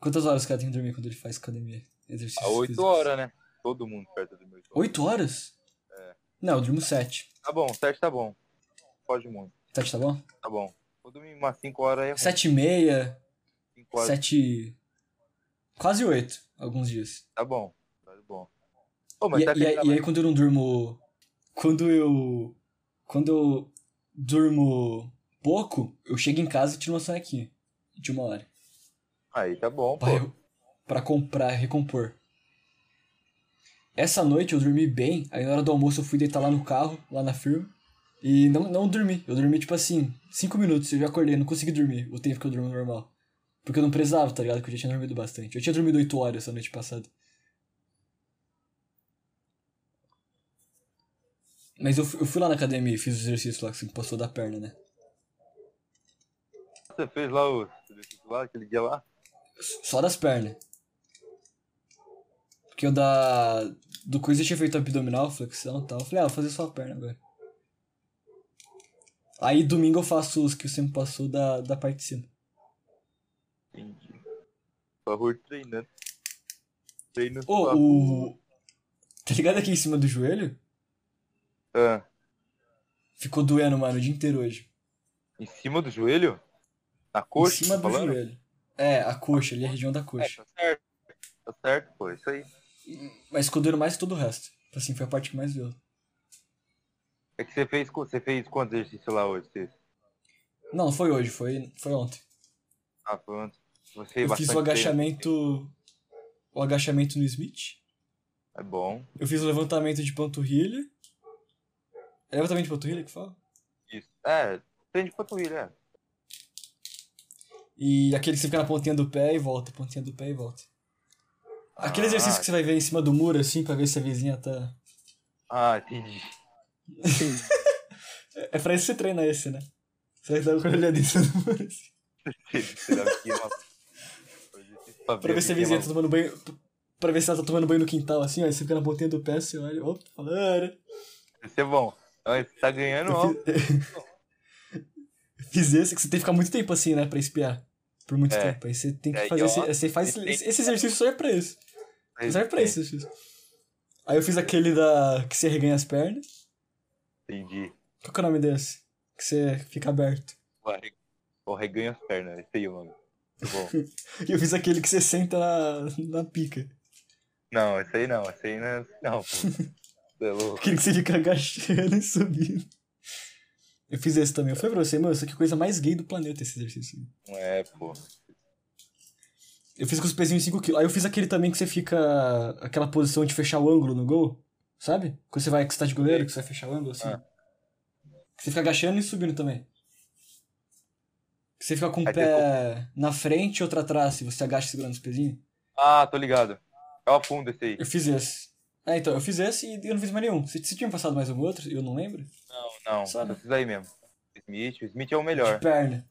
Quantas horas o cara tem que dormir quando ele faz academia? Exercício Há 8 físico? horas, né? Todo mundo perto de 8 horas. Oito horas? É. Não, eu durmo sete. Tá bom, 7 tá bom. Pode muito. Sete tá bom? Tá bom. Vou dormir umas 5 horas aí. é ruim. Sete e meia, Cinco horas. sete... Quase oito, alguns dias. Tá bom. Tá bom. Ô, E, mas tá e- e aí quando eu não durmo... Quando eu... Quando eu durmo pouco, eu chego em casa e tiro uma sonequinha. De uma hora. Aí tá bom, pô. Pra, eu- pra comprar, recompor. Essa noite eu dormi bem, aí na hora do almoço eu fui deitar lá no carro, lá na firma. E não, não dormi. Eu dormi tipo assim, cinco minutos, eu já acordei, não consegui dormir o tempo que eu durmo normal. Porque eu não precisava, tá ligado? Que eu já tinha dormido bastante. Eu tinha dormido 8 horas essa noite passada. Mas eu, fu- eu fui lá na academia e fiz os exercícios lá que você passou da perna, né? Você fez lá o. lá, aquele dia lá? Só das pernas. Porque o da. Do coisa eu tinha feito abdominal, flexão e tal. Eu falei, ah, vou fazer só a perna agora. Aí domingo eu faço os que você me passou da, da parte de cima. Entendi. Favor treinando. Treino Ô, só. o. Tá ligado aqui em cima do joelho? Ah, Ficou doendo, mano, o dia inteiro hoje. em cima do joelho? Na coxa? em cima tá do falando? joelho. É, a coxa, ali a região da É, coxa. tá certo. Tá certo, pô. Isso aí. Mas ficou doendo mais que todo o resto. Assim, foi a parte que mais doeu. É que você fez, co- você fez quantos exercícios lá hoje? Você, Não, não foi hoje, foi, foi ontem. ah, foi ontem. Você fez Eu fiz bastante o treino. agachamento. O agachamento no Smith. É bom. Eu fiz o levantamento de panturrilha. É levantamento de panturrilha que fala? Isso. É, treino de panturrilha, é. E aquele que você fica na pontinha do pé e volta, pontinha do pé e volta. Aquele Ah. exercício que você vai ver em cima do muro, assim, pra ver se a vizinha tá. Ah, entendi. É pra isso que você treina esse, né? Você vai dar uma olhada em cima do muro, assim. Você dá aqui uma- exercício Pra ver se a aqui vizinha uma- tá tomando banho. Pra ver se ela tá tomando banho no quintal, assim, ó. Aí você fica na pontinha do pé, você olha. Opa, "Ah, galera. Isso é bom. Olha, Você tá ganhando, ó. Eu fiz... Eu fiz esse que você tem que ficar muito tempo assim, né? Pra espiar. Por muito É. tempo. Aí você tem que É, e fazer. ó, esse, você faz e esse, tem- esse exercício só é pra isso. Mas Serve pra isso, X. Aí eu fiz aquele da. que você reganha as pernas. Entendi. Qual que é o nome desse? Que você fica aberto. Vai. Ó, reganha as pernas. Isso aí, mano. Muito bom. E eu fiz aquele que você senta na, na pica. não, isso aí não. Isso aí não é. Não, pô. Você é louco. Aquele que você fica agachando e subindo. Eu fiz esse também. Eu falei pra você, mano, isso aqui é a coisa mais gay do planeta, esse exercício. Não é, pô. Eu fiz com os pezinhos 5kg. Aí eu fiz aquele também que você fica. aquela posição de fechar o ângulo no gol. Sabe? Quando você vai, que você tá de goleiro, que você vai fechar o ângulo assim. Ah. Que você fica agachando e subindo também. Que você fica com o Aí pé na frente e outro atrás, se você agacha segurando os pezinhos. Ah, tô ligado. É o afundo esse aí. Eu fiz esse. É, então, eu fiz esse e eu não fiz mais nenhum. Você, você tinha passado mais um outro? Eu não lembro. Não, Sabe? esses aí mesmo. Smith. O Smith é o melhor. De perna.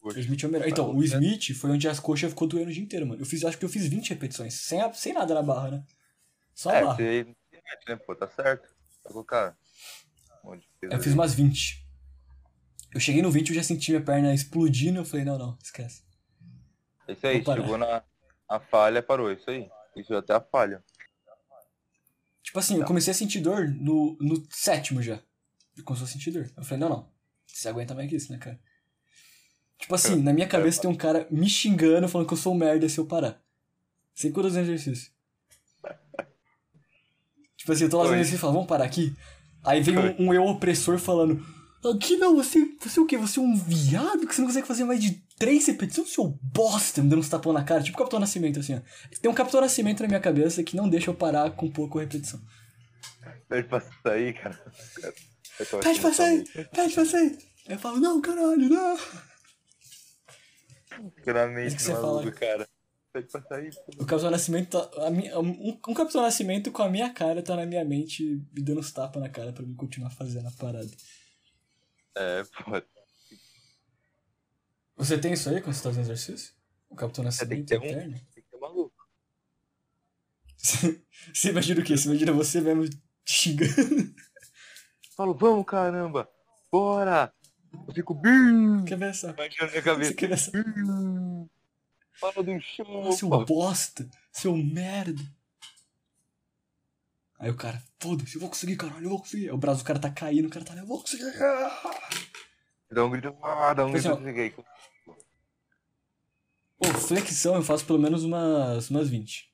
O Poxa. Smith é o melhor. Então, o né? Smith foi onde as coxas ficou doendo o dia inteiro, mano. Eu fiz, acho que eu fiz 20 repetições, sem, a- sem nada na barra, né? Só a É, barra. você você mete, né, pô? Tá certo. Tá colocado. Um monte de peso Eu ali. fiz umas 20. Eu cheguei no 20 e eu já senti minha perna explodindo. Eu falei, não, não, esquece. É Isso aí, Vou parar. chegou na a falha, parou. Isso aí. Isso até a falha. Tipo assim, eu comecei a sentir dor no, no sétimo já. Eu comecei a sentir dor. Eu falei, não, não. Você aguenta mais que isso, né, cara? Tipo assim, na minha cabeça tem um cara me xingando, falando que eu sou um merda se eu parar. Sem quantos exercícios. Tipo assim, eu tô lá fazendo Oi. exercício e falo, vamos parar aqui. Aí vem um, um eu opressor falando, aqui não, você, você é o quê? Você é um viado que você não consegue fazer mais de três repetições, é um seu bosta, me dando uns tapão na cara. Tipo o Capitão Nascimento, assim, ó. Tem um Capitão Nascimento na minha cabeça que não deixa eu parar com pouco repetição. Pede pra sair, cara. Eu tô Pede pra achando sair! Pede pra sair! Eu falo, não, caralho, não! Claramente tá Isso que você maluco, fala. cara. Pede pra sair. pô. O Capitão Nascimento tá. a minha- um, um Capitão Nascimento com a minha cara tá na minha mente me dando uns tapas na cara pra eu continuar fazendo a parada. É, pô. Você tem isso aí quando você tá fazendo exercício? O Capitão Você tem que Nascimento ter um. eterno? Tem que ter maluco. Você imagina o quê? Você imagina você mesmo xingando? Falo, vamos, caramba. Bora. Eu fico. bim, Quer ver essa? Baixando minha Você é cabeça. quer ver essa? Bim. Fala do show, Ah, seu pô. bosta, seu merda. Aí o cara, foda-se, eu vou conseguir, caralho, eu vou conseguir. Aí o braço do cara tá caindo, o cara tá, eu vou conseguir. Dá um grito, ah, dá um grito, Pessoal. cheguei. Pô, flexão eu faço pelo menos umas, umas 20.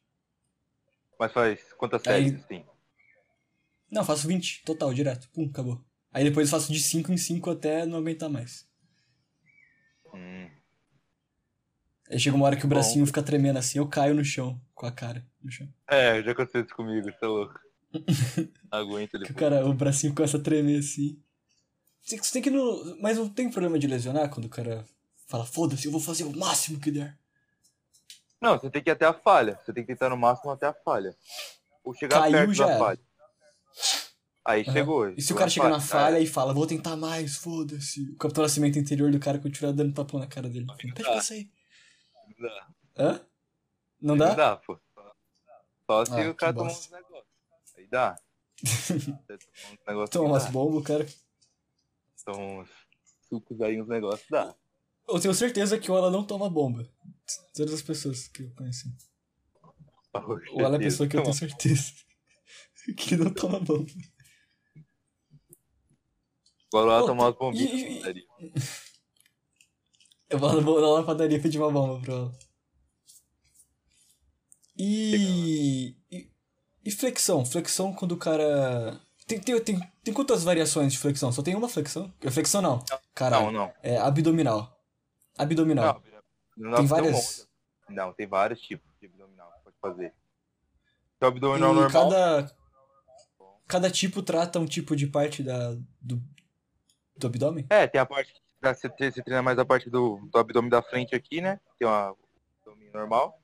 Mas faz quantas Aí. séries, assim? Não, eu faço 20, total, direto. Pum, acabou. Aí depois eu faço de 5 em 5 até não aguentar mais. Hum, Aí chega uma hora que o Bom. bracinho fica tremendo assim, eu caio no chão, com a cara no chão. É, já aconteceu isso comigo, você é louco. Aguenta Que o depois. cara, o bracinho começa a tremer assim. Você você tem que no. Mas não tem problema de lesionar quando o cara fala, foda-se, eu vou fazer o máximo que der. Não, você tem que ir até a falha. Você tem que tentar no máximo até a falha. Ou chegar Caiu, perto já da era. falha. Aí Aham. chegou. E se o chegou cara chega na já falha era. e fala, vou tentar mais, foda-se. O Capitão Nascimento interior do cara continua dando tapão na cara dele. Pede pra sair. Não dá, Hã? Não Não dá? dá, pô. Só se Ah, o cara que tomar uns bosta. negócios. Aí dá. Toma uns negócios. Toma umas dá. bombas, o cara. Toma uns sucos aí, uns negócios. Dá. Eu tenho certeza que o Alan não toma bomba. Todas as pessoas que eu conheci. O Alan é a pessoa que eu tenho certeza. que não toma bomba. Bora lá Pô, tomar umas e- e- bombinhas. putaria. Eu vou vou lá na padaria pedir uma bomba pro Alan. E, e. E flexão? Flexão quando o cara. Tem, tem, tem, tem quantas variações de flexão? Só tem uma flexão? Flexão não. Caralho. Não, não. É abdominal. Abdominal. Não, não dá tem pra fazer um várias. monte. Não, tem vários tipos de abdominal que pode fazer. Tem o abdominal E normal. cada, cada tipo trata um tipo de parte da, do, do abdômen? É, tem a parte que dá- você, tre- você treina mais a parte do, do abdômen da frente aqui, né? Tem uma abdômen normal.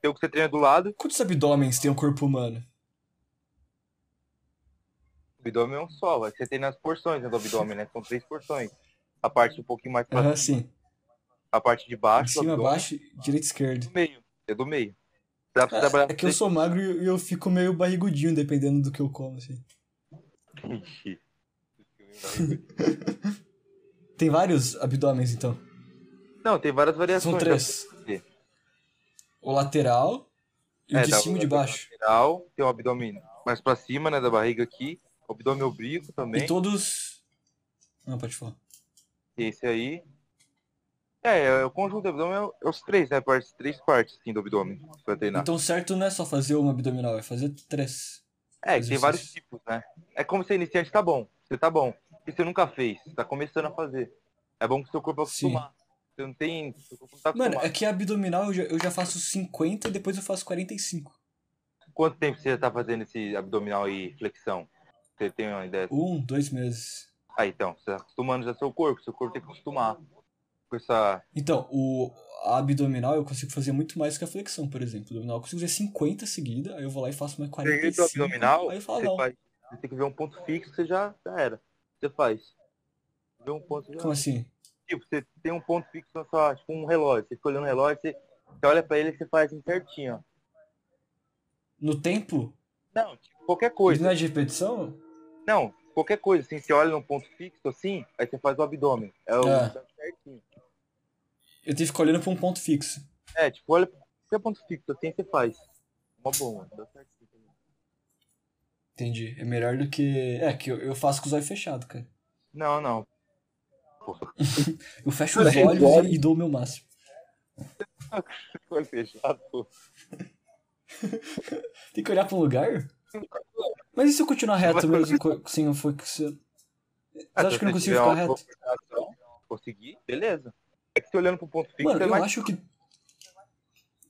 Tem o que você treina do lado. Quantos abdômens tem o corpo humano? O abdômen é um só, vai. Você treina as porções né, do abdômen, né? São três porções. A parte um pouquinho mais pra Aham, cima, sim. a parte de Em baixo, do É, assim, cima, abdômen, abaixo, direita e esquerda. do meio. É do meio. Dá pra você Ah, trabalhar. É que eu sou magro e eu fico meio barrigudinho, dependendo do que eu como, assim. Ixi. Tem vários abdômens, então. Não, tem várias variações. São dá três. pra fazer. O lateral e o É, de dá cima e de pra fazer baixo. Lateral, tem o abdômen mais pra cima, né? Da barriga aqui. O abdômen oblíquo também. E todos... Não, pode falar. Esse aí. É, é o conjunto do abdômen é o- é os três, né? Partes, três partes assim, do abdômen que você vai treinar. Então certo não é só fazer uma abdominal, é fazer três. é, que tem Então, exercício. vários tipos, né? É como ser iniciante, tá bom. Você tá bom. E você nunca fez, você tá começando a fazer. É bom que seu corpo Sim. acostumar. Você não tem. Seu corpo não tá Mano, acostumado. é que abdominal eu já, eu já faço 50 e depois eu faço 45. Quanto tempo você tá fazendo esse abdominal e flexão? Você tem uma ideia? Um, dois meses. Ah, então, você tá acostumando já seu corpo, seu corpo tem que acostumar. Com essa. Então, o a abdominal eu consigo fazer muito mais que a flexão, por exemplo. Abdominal eu consigo fazer 50 seguida, aí eu vou lá e faço mais Segredo 45. abdominal, aí eu falo, você não. faz. Você tem que ver um ponto fixo, você já, já era. Você faz. Vê um ponto já. Como assim? Tipo, você tem um ponto fixo na sua, tipo um relógio. Você fica olhando o relógio, você, você olha pra ele e você faz assim certinho, ó. No tempo? Não, tipo, qualquer Isso coisa. não é de repetição? Não, qualquer coisa, assim, você olha num ponto fixo assim, aí você faz o abdômen. É o Ah. certinho. Eu tenho que ficar olhando pra um ponto fixo. É, tipo, olha qualquer ponto fixo assim, você faz. Uma boa, dá certinho. Entendi. É melhor do que. É, que eu, eu faço com os olhos fechados, cara. Não, não. Eu fecho Cara, os eu olhos olho- e, e dou o meu máximo. Olho fechado, pô. Tem que olhar pra um lugar? Mas e se eu continuar reto mesmo co- sem o flexão? Você Ah, acha se que eu não você consigo tiver ficar uma reto? coordenação, Conseguir, beleza. É que você olhando pro ponto fixo, Mano, é eu mais acho que.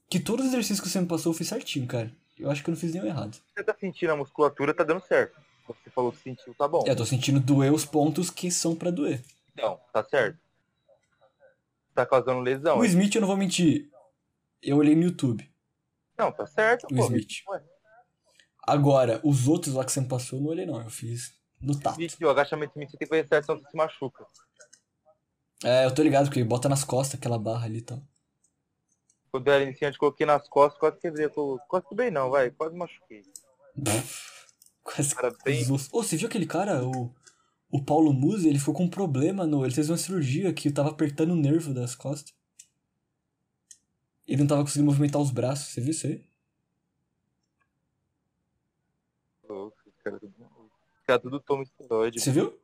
Que todos os exercícios que você me passou eu fiz certinho, cara. Eu acho que eu não fiz nenhum errado. você tá sentindo a musculatura, tá dando certo. Você falou que sentiu, tá bom. É, eu tô sentindo doer os pontos que são pra doer. Então, tá certo. Tá causando lesão. o Smith, eu não vou mentir. Eu olhei no YouTube. Não, tá certo, O pô. Smith. Ué, Agora, os outros lá que você me passou, eu não olhei não. Eu fiz no tato. Smith, o agachamento Smith, você tem que fazer certo, senão você se machuca. É, eu tô ligado, porque bota nas costas aquela barra ali e tal. Quando eu era iniciante, coloquei nas costas, quase quebrei. a colo- Quase quebrei não, vai. Quase machuquei. Quase Cara, bem... os ossos. Ô, você viu aquele cara, o, o Paulo Musi, ele ficou com um problema no. Ele fez uma cirurgia que tava apertando o nervo das costas. Ele não tava conseguindo movimentar os braços, você viu isso aí? Louco, os caras tudo, os caras tudo tomam esteroide. Você viu?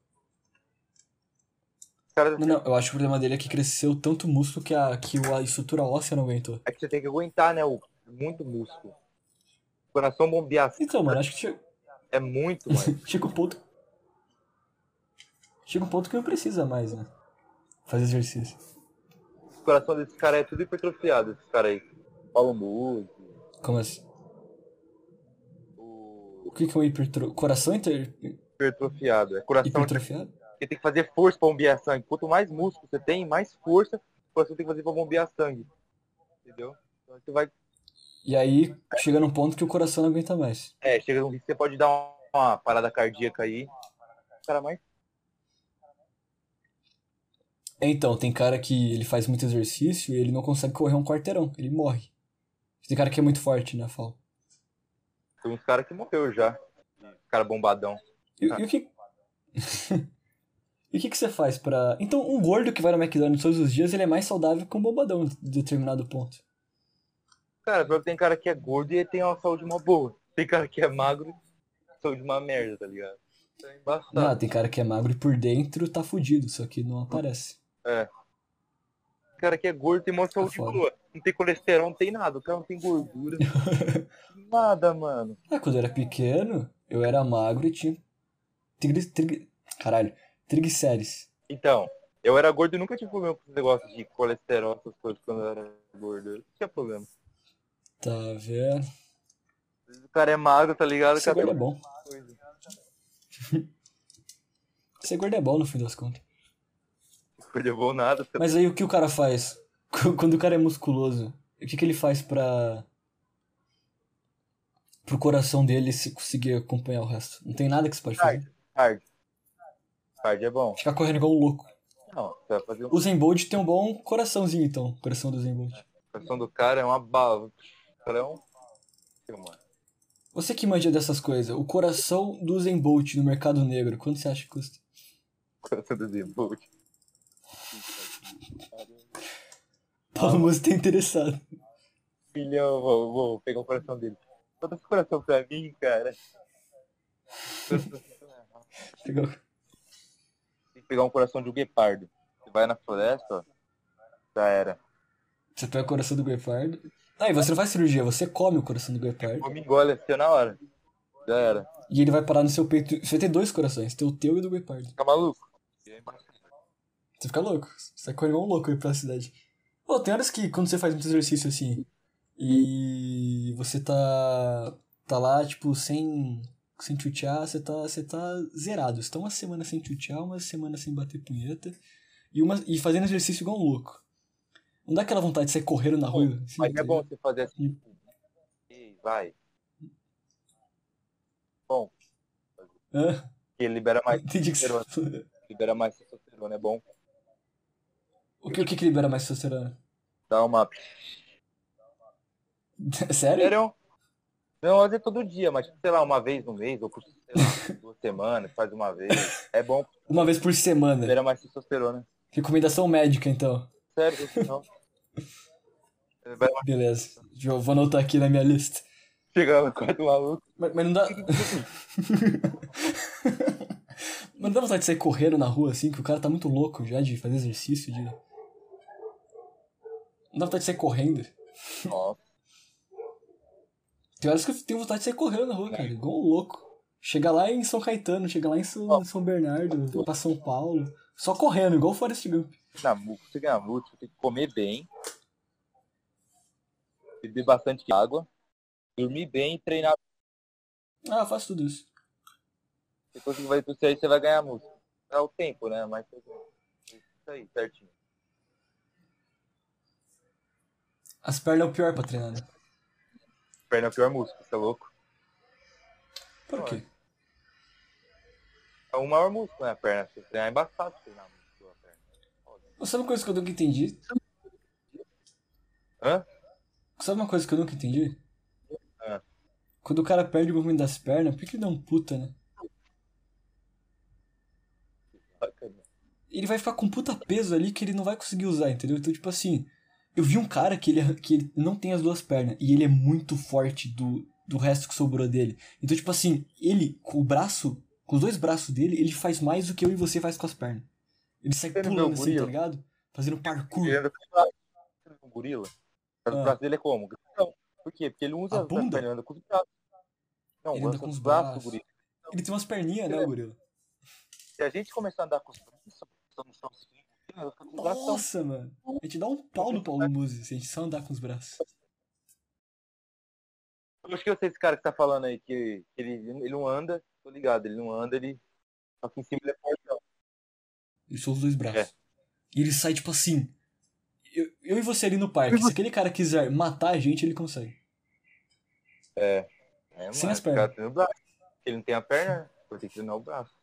Os caras- Não, não, eu acho que o problema dele é que cresceu tanto músculo que a, que a estrutura óssea não aguentou. É que você tem que aguentar, né? O, muito músculo. O coração bombear Então, mano, acho que che- é muito, mano. chega um ponto. Chega um ponto que não precisa mais, né? Fazer exercício. o coração desses caras é tudo hipertrofiado, esses caras aí. Paulo Musi, Como assim? o O que, que é um hipertro... coração inter... hipertrofiado. É coração hipertrofiado? que tem que fazer força pra bombear sangue. Quanto mais músculo você tem, mais força o coração tem que fazer pra bombear sangue. Entendeu? Então você vai. E aí chega num ponto que o coração não aguenta mais. É, chega num risco, você pode dar uma, uma parada cardíaca aí. Cara, mais Então, tem cara que ele faz muito exercício e ele não consegue correr um quarteirão, ele morre. Tem cara que é muito forte, né, Fal? tem uns caras que morreu já. Cara bombadão. E, e o que. e o que, que você faz pra. Então, um gordo que vai no McDonald's todos os dias, ele é mais saudável que um bombadão em determinado ponto. Cara, pior que tem cara que é gordo e tem uma saúde uma boa. Tem cara que é magro e saúde uma merda, tá ligado? Então é embaçado. Não, tem cara que é magro e por dentro tá fudido, só que não aparece. Tem cara que é gordo tem uma saúde foda. boa. Não tem colesterol, não tem nada. O cara não tem gordura. nada, mano. Ah, quando eu era pequeno, eu era magro e tinha. Trigli... Trigli... Caralho, triglicérides. Então, eu era gordo e nunca tive problema com esse negócio de colesterol, essas coisas quando eu era gordo. Eu Não tinha problema. Tá vendo? Às vezes O cara é magro, tá ligado? O Ser cara gordo é bom. tem coisa. Ser gordo é bom no fim das contas. Gordo é bom nada. você- Mas aí o que o cara faz? Qu- Quando o cara é musculoso, o que, que ele faz pra. pro coração dele se conseguir acompanhar o resto? Não tem nada que você pode fazer. Hard. Hard é bom. Ficar correndo igual um louco. Não, você vai fazer um... O Zen Bolt tem um bom coraçãozinho, então. O coração do Zen Bolt. A pressão do cara é uma bala. O cara é um... Mano. Você que manja dessas coisas, o coração do Zen Bolt no mercado negro, quanto você acha que custa? Coração do Zebolt. Paulo Musi tá interessado. Filhão, vou, vou pegar o coração dele. Bota esse coração pra mim, cara. Legal. Tem que pegar um coração de um guepardo. Você vai na floresta, ó. Já era. Você pega o coração do Guepardo. Aí você não faz cirurgia, você come o coração do Guepardo. Ou me engole assim na hora. Já era. E ele vai parar no seu peito. Você vai ter dois corações, tem o teu e o do Guepardo. Tá maluco? Você fica louco. Você vai correr igual um louco aí pela cidade. Pô, tem horas que quando você faz muito exercício assim e você tá. tá lá, tipo, sem. sem tchutchar, você tá. você tá zerado. Você tá uma semana sem tchutchar, uma semana sem bater punheta e, uma, e fazendo exercício igual um louco. Não dá aquela vontade de sair correndo na rua? assim, Mas tá é bom ligado? você fazer assim. tipo, Ei, vai. Bom, Hã? ele libera mais Entendi que você... libera mais testosterona, é bom. O que, o que que libera mais testosterona? Dá uma. Sério? Sério? Não, fazer todo dia, mas tipo, sei lá, uma vez no mês, ou por sei lá, duas semanas, faz uma vez. É bom, Uma vez por semana. libera mais testosterona. Recomendação médica, então. Sério, não. Vai Beleza. Eu vou anotar aqui na minha lista. chegar no quarto maluco. Mas, mas não dá. mas não dá vontade de sair correndo na rua assim, que o cara tá muito louco já de fazer exercício, de. Não dá vontade de sair correndo. Nossa, Tem horas que eu tenho vontade de sair correndo na rua, cara, igual um louco. Chegar lá em São Caetano, chegar lá em São, São Bernardo, pra São Paulo. Só correndo, igual o Forrest Gump. na música, você ganha músculo, tem que comer bem. Beber bastante água. Dormir bem e treinar. Ah, eu faço tudo isso. Depois que vai tudo isso aí, você vai ganhar músculo. Dá o tempo, né? Mas tudo bem. isso aí, certinho. As pernas é o pior pra treinar, né? Perna é o pior músculo, você é louco? Por quê? É o maior músculo, né? A perna. Você treinar é embaçado treinar músculo a perna. Sabe uma coisa que eu nunca entendi? Hã? Sabe uma coisa que eu nunca entendi? Ah. Quando o cara perde o movimento das pernas, por que ele dá um puta, né? Bacana. Ele vai ficar com um puta peso ali que ele não vai conseguir usar, entendeu? Então, tipo assim, Eu vi um cara que ele, que ele não tem as duas pernas e ele é muito forte do, do resto que sobrou dele. Então, tipo assim, ele com o braço, com os dois braços dele, ele faz mais do que eu e você faz com as pernas. Ele sai Ele não é um pulando assim, gorila? tá ligado? Fazendo parkour. Ele é anda com braço, anda com gorila. Mas Hum. Ah. O braço dele é como? Grandão. Por quê? Porque ele usa A as bunda? pernas, ele anda com os braços. Não, Ele anda anda com com os os braços, braços. gorila. Ele tem umas perninhas, né, Ele é- gorila? Se a gente começar a andar com os braços, nós somos gorila, com os braços, são- Nossa, mano. A gente dá um pau no Paulo Muzi se a gente só andar com os braços. Eu acho que eu sei esse cara que tá falando aí, que que ele, ele não anda, tô ligado, ele não anda, ele. Só que em cima ele é fortão. Ele só usa os dois braços. É. E ele sai, tipo assim. Eu, eu e você ali no parque. Se aquele cara quiser matar a gente, ele consegue. É. É, Sem mano, as esse cara pernas. tem o braço. Ele não tem a perna, vai ter que treinar o braço.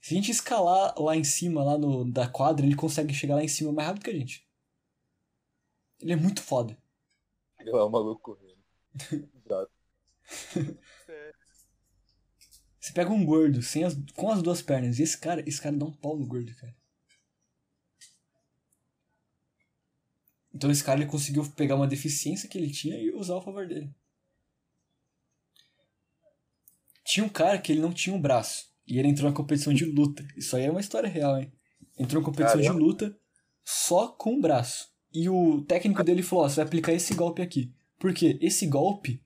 Se a gente escalar lá em cima, lá no, da quadra, ele consegue chegar lá em cima mais rápido que a gente. Ele é muito foda. Ele é um maluco correndo. Exato. Você pega um gordo sem as, com as duas pernas. E esse cara, esse cara dá um pau no gordo, cara. Então esse cara ele conseguiu pegar uma deficiência que ele tinha e usar ao favor dele. Tinha um cara que ele não tinha um braço. E ele entrou na competição de luta. Isso aí é uma história real, hein? Entrou na competição de Caramba. luta só com o braço. E o técnico dele falou: Ó, você vai aplicar esse golpe aqui. Porque esse golpe,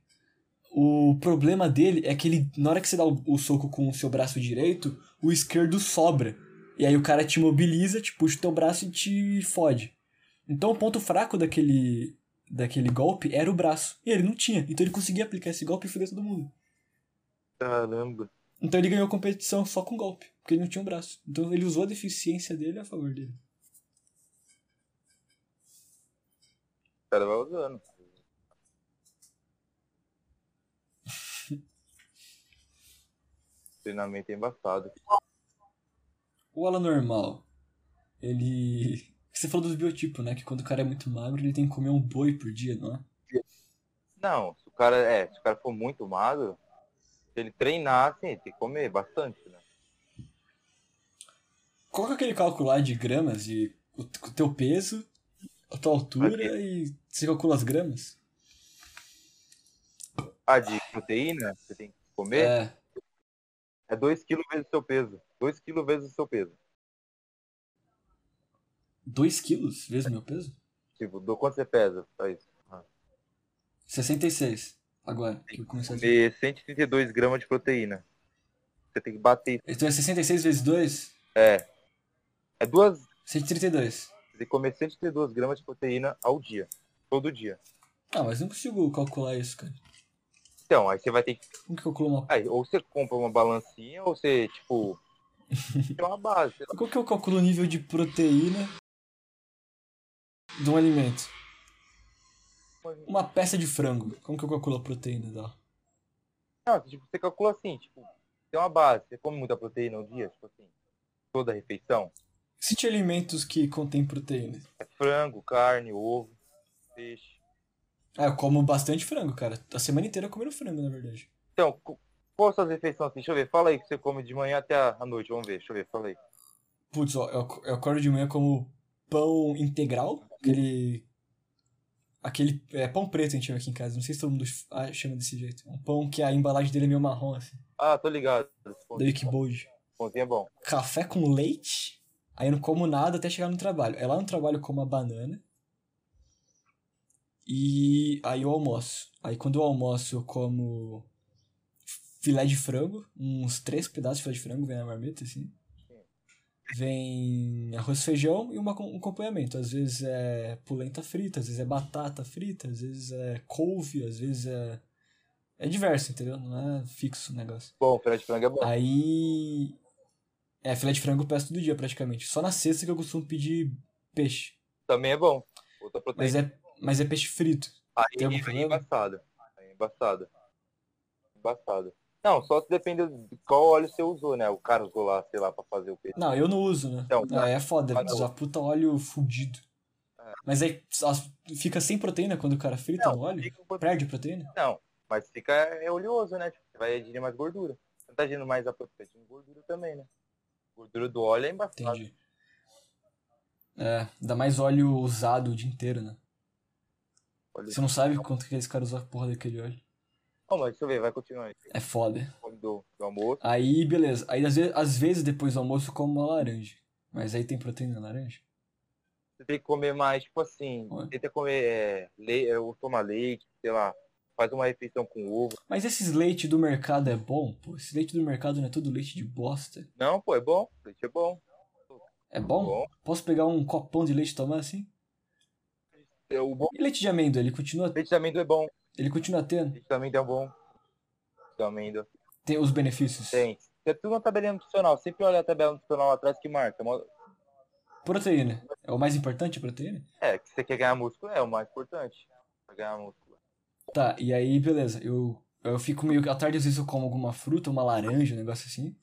o problema dele é que ele, na hora que você dá o, o soco com o seu braço direito, o esquerdo sobra. E aí o cara te mobiliza, te puxa o teu braço e te fode. Então o ponto fraco daquele, daquele golpe era o braço. E ele não tinha. Então ele conseguia aplicar esse golpe e fuder todo mundo. Caramba. Então ele ganhou a competição só com golpe, porque ele não tinha um braço. Então ele usou a deficiência dele a favor dele. O cara vai usando. Treinamento é embaçado. O ala normal, ele. Você falou dos biotipos, né? Que quando o cara é muito magro, ele tem que comer um boi por dia, não é? Não, se o cara é, se o cara for muito magro, se ele treinar, assim, tem que comer bastante, né? Qual que é aquele cálculo lá de gramas de o, o teu peso, a tua altura e você calcula as gramas? Ah, de proteína, você tem que comer. É. É 2 kg vezes o seu peso. 2 kg vezes o seu peso. 2 quilos vezes o meu peso? Tipo, do quanto você pesa? Só isso. 66. Agora, que eu comecei a dizer. Comer 132 gramas de proteína. Você tem que bater. Então é 66 vezes 2? É duas. 132. Você tem que comer 132 gramas de proteína ao dia. Todo dia. Ah, mas não consigo calcular isso, cara. Então, aí você vai ter que. Como que calcula uma. Aí, ou você compra uma balancinha, ou você, tipo. tem uma base. sei lá. Como que eu calculo o nível de proteína de um alimento? Uma peça de frango. Como que eu calculo a proteína dela? Não, tipo, você calcula assim, tipo, tem uma base. Você come muita proteína ao dia, tipo assim. Toda a refeição. Cite alimentos que contêm proteína. É frango, carne, ovo, peixe. Ah, eu como bastante frango, cara. A semana inteira eu comendo frango, na verdade. Então, co- qual suas refeições assim? Deixa eu ver, fala aí que você come de manhã até a a noite, vamos ver, deixa eu ver, fala aí. Putz, ó, eu, ac- eu acordo de manhã como pão integral, aquele. Aquele. É pão preto a gente chama aqui em casa, não sei se todo mundo f- ah, chama desse jeito. Um pão que a embalagem dele é meio marrom, assim, Ah, tô ligado. Esse da pãozinho, Wikibold. pãozinho é bom. Café com leite, aí eu não como nada até chegar no trabalho. É lá no trabalho eu como a banana. E aí eu almoço. Aí quando eu almoço eu como filé de frango, uns três pedaços de filé de frango, vem na marmita, assim. Vem arroz, feijão e uma, com- um acompanhamento. Às vezes é polenta frita, às vezes é batata frita, às vezes é couve, às vezes é. É diverso, entendeu? Não é fixo o negócio. Bom, filé de frango é bom. Aí. É, filé de frango eu peço todo dia praticamente. Só na sexta que eu costumo pedir peixe. Também é bom. Outra Mas proteína. é, mas é peixe frito. tem algum Aí, aí é problema? embaçado. Aí é embaçado. Embaçado. Não, só se depende de qual óleo você usou, né? O cara usou lá, sei lá, pra fazer o peixe. Não, eu não uso, né? Então, Ah, é foda, cada um. usar puta óleo fudido. Mas aí só fica sem proteína quando o cara frita É. Não, no óleo? fica um pouquinho- Perde proteína? Não, mas fica é oleoso, né? Tipo, você vai adindo mais gordura. Você não tá adindo mais a proteína, tá adindo gordura também, né? Gordura do óleo é embaçado. Entendi. É, dá mais óleo usado o dia inteiro, né? Olha Você não sabe quanto que esse cara usa a porra daquele óleo. Não, mas deixa eu ver, vai continuar aí. É foda. Come do, do almoço. Aí, beleza. Aí, às vezes, às vezes depois do almoço, eu como uma laranja. Mas aí tem proteína na laranja? Você tem que comer mais, tipo assim, Ué. tenta comer é, leite, ou tomar leite, sei lá. Faz uma refeição com ovo. Mas esses leite do mercado é bom? Pô, esse leite do mercado não é todo leite de bosta. Não, pô, é bom. Leite é bom. É bom? Bom. Posso pegar um copão de leite e tomar assim? É, O bom. E leite de amêndoa, ele continua, Leite de amêndoa é bom. ele continua tendo? Leite de amêndoa é bom. Leite de amêndoa. Tem os benefícios? Tem. Tem tudo na tabelinha nutricional. Sempre olha a tabela nutricional atrás que marca. Mó- Proteína. É o mais importante, a proteína? É, que você quer ganhar músculo, é o mais importante. Pra ganhar músculo. Tá, e aí, beleza. Eu, eu fico meio que. À tarde, às vezes, eu como alguma fruta, uma laranja, um negócio assim.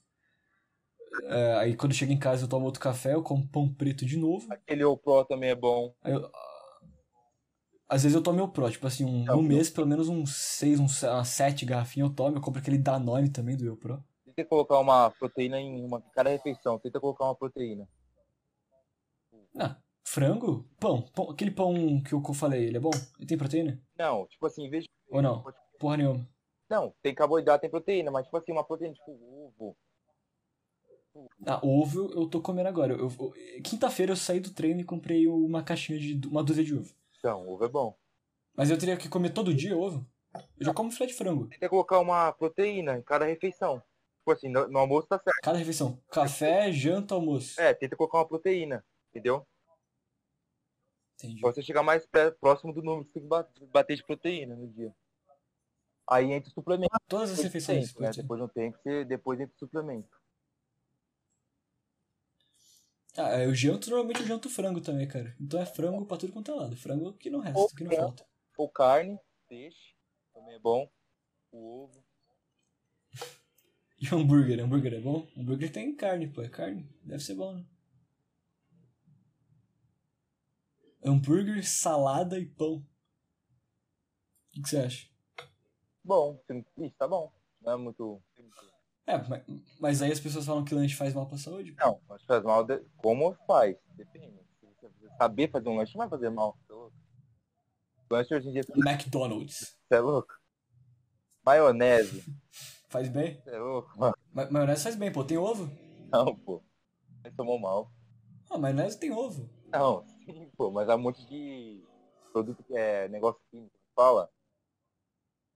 É, aí, quando eu chego em casa, eu tomo outro café, eu como pão preto de novo. Aquele ou pro também é bom. Aí eu- às vezes eu tomo meu pró, tipo assim, um, Não, no não. mês, pelo menos uns seis, uns, se- umas sete garrafinhas eu tomo. Eu compro aquele Danone também do meu pró. Tenta colocar uma proteína em uma cada refeição. Tenta colocar uma proteína. Ah, frango? Pão. pão. Aquele pão que eu que eu falei, ele é bom? Ele tem proteína? Não, tipo assim, em vez de. Ou não? Porra nenhuma. Não, tem carboidrato, tem proteína, mas tipo assim, uma proteína tipo ovo. Ah, ovo eu tô comendo agora. Eu, eu- Quinta-feira eu saí do treino e comprei uma caixinha de uma dúzia de ovo. Então, ovo é bom. Mas eu teria que comer todo dia ovo? Eu já como filé de frango. Tenta colocar uma proteína em cada refeição. Tipo assim, no, no almoço tá certo. Cada refeição. Café, janta, almoço. É, tenta colocar uma proteína, entendeu? Entendi. Pra você chegar mais pé- próximo do número que você tem que ba- bater de proteína no dia. Aí entra o suplemento. Todas as Depois de um refeições. tempo, né? proteína. Depois de um tempo, você, depois entra o suplemento. Ah, eu janto, normalmente eu janto frango também, cara. Então é frango pra tudo quanto é lado. Frango que não resta, que não falta. Ou carne, peixe, também é bom. O ovo. E hambúrguer, hambúrguer é bom? Hambúrguer tem carne, pô, é carne. Deve ser bom, né? Hambúrguer, salada e pão. O que que você acha? Bom, você- isso tá bom. Não é muito. É, mas, mas aí as pessoas falam que lanche faz mal pra saúde. Não, mas faz mal de- como faz. Depende. Se você saber fazer um lanche, não vai fazer mal. Você é louco. Lanche hoje em dia você McDonald's. é louco. Maionese, Faz bem? você é louco, mano. Ma maionese faz bem, pô. Tem ovo? Não, pô. Você tomou mal. Ah, maionese tem ovo. Não, sim, pô, mas há um monte de produto que é negócio químico. Fala.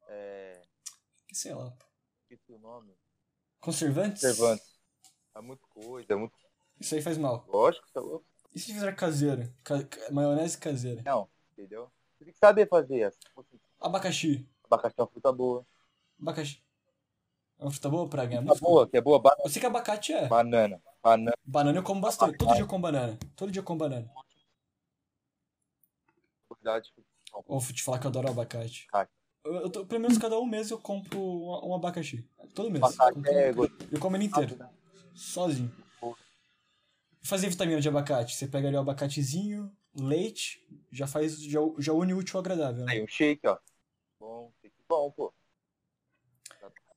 É. Que sei lá. pô. Esqueci o nome. Conservantes? Observantes. Há muita coisa, é muito Isso aí faz mal. lógico, você é louco. E se fizer caseira? Ca- ca- maionese caseira. Não, entendeu? Você tem que saber fazer. assim, tipo assim, Abacaxi. Abacaxi é uma fruta boa. Abacaxi. É uma fruta boa pra ganhar Fruta músculo? boa, que é boa, ba- Eu sei que abacate é. banana. Banana. Banana eu como bastante. Todo dia eu como banana. Todo dia eu como banana. qualidade. Ou vou te falar que eu adoro abacate. Abacate. Eu, eu tô- pelo menos cada um mês eu compro um, um abacaxi. Todo mês. Abacate é eu, eu como ele inteiro. gostoso. Sozinho. Fazer vitamina de abacate. Você pega ali o abacatezinho, leite, já faz, já, já une o útil ao agradável. né? Aí, um shake, ó. Bom, shake bom, pô.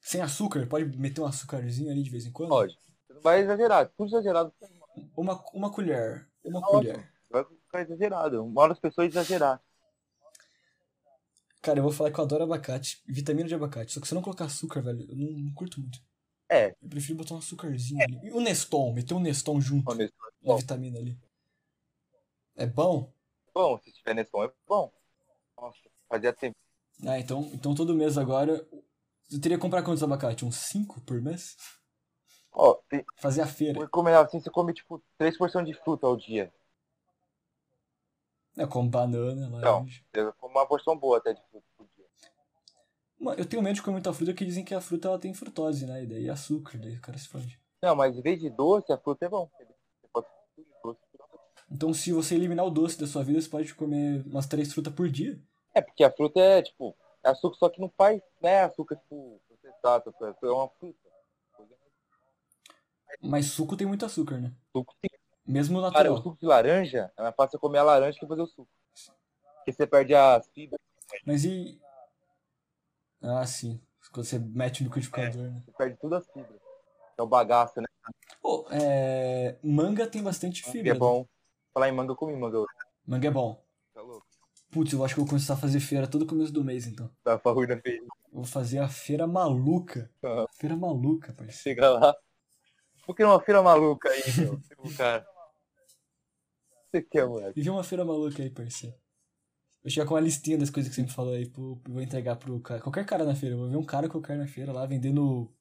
Sem açúcar, pode meter um açúcarzinho ali de vez em quando. Pode. Você não vai exagerar. Tudo exagerado. você não Uma, uma colher. Uma Ótimo. colher. Vai ficar exagerado. Uma hora as pessoas exagerar. Cara, eu vou falar que eu adoro abacate, vitamina de abacate. Só que se eu não colocar açúcar, velho, eu não, não curto muito. É. Eu prefiro botar um açúcarzinho ali. E o Neston, meter um Neston junto Bom, nesse- na vitamina ali. É bom? bom, se tiver nesse bom, é bom. Nossa, assim, fazia tempo. Ah, então, então todo mês agora. Eu teria que comprar quantos abacate? Uns 5 por mês? Ó, tem, Fazer a feira. Por comer assim, você come tipo três porções de fruta ao dia. É, como banana, laranja. Eu como uma porção boa até de fruta por dia. Mano, eu tenho medo de comer muita fruta que dizem que a fruta ela tem frutose, né? E daí açúcar, daí o cara se fode. Não, mas em vez de doce, a fruta é bom. Você pode comer tudo de doce. Então se você eliminar o doce da sua vida, você pode comer umas três frutas por dia. É, porque a fruta é tipo, é açúcar, só que não faz, né? Açúcar, tipo, processado, tá? é uma fruta. Mas suco tem muito açúcar, né? Suco sim. Mesmo Cara, o natural. suco de laranja, é mais fácil você comer a laranja que fazer o suco. Porque você perde as fibras, Mas e. Ah, sim. Quando você mete no liquidificador, né? você perde todas as fibras. É o bagaço, né? Pô, é. Manga tem bastante Que fibra. tá? é bom. Falar em manga, eu comi manga hoje, Manga é bom. tá louco? Putz, eu acho que eu vou começar a fazer feira todo começo do mês, então. Da farruina feliz. Eu Vou fazer a feira maluca. Ah. Feira maluca, parceiro. Chega lá. Por que uma feira maluca aí, meu? Tipo, cara. O que você quer, moleque? Vive uma feira maluca aí, parceiro. Eu chegar com uma listinha das coisas que você me falou aí, pô, eu vou entregar pro cara. Qualquer cara na feira, eu vou ver um cara qualquer na feira lá vendendo.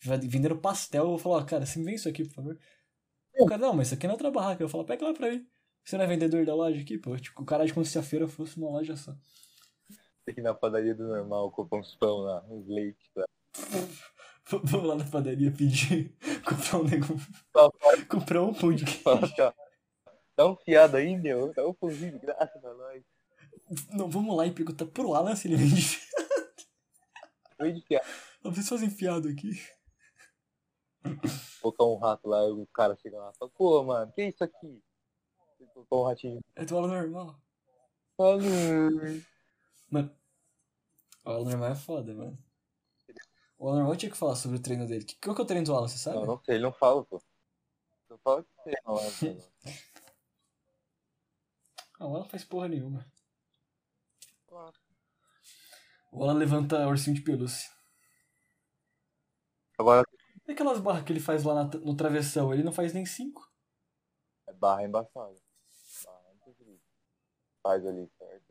vendendo pastel, eu vou falar, ó, cara, você me vende isso aqui, por favor. O cara, não, mas isso aqui não é outra barraca. Eu falo, pega lá pra mim. Você não é vendedor da loja aqui, pô? Tipo, o cara de como se a feira fosse uma loja só. Tem que ir na padaria do normal, comprar uns pão lá, uns leite lá. V- Vamos lá na padaria pedir, comprar um negócio. Fala, comprar um pão de queijo. fala assim, ó. Dá um fiado aí, meu. Dá um pãozinho de graça pra nós. Não, vamos lá e perguntar pro Alan se ele vende. Vem de fiado. Vocês fazem fiado aqui. Colocar um rato lá, e o cara chega lá e fala, pô, mano, que é isso aqui? Ele colocou um ratinho. É do Alan normal. Ah, não. O Alan normal é foda, mano. O Alan normal tinha que falar sobre o treino dele. Que- Qual que é o treino do Alan, você sabe? Não, não sei, ele não fala, pô. Não fala o que você não, é, mano. Ah, o Alan faz porra nenhuma. Claro. O Alan levanta ursinho de pelúcia. Agora E aquelas barras que ele faz lá na tra- no travessão? Ele não faz nem cinco. é barra embaçada. Barra é incrível. Faz ali, certo?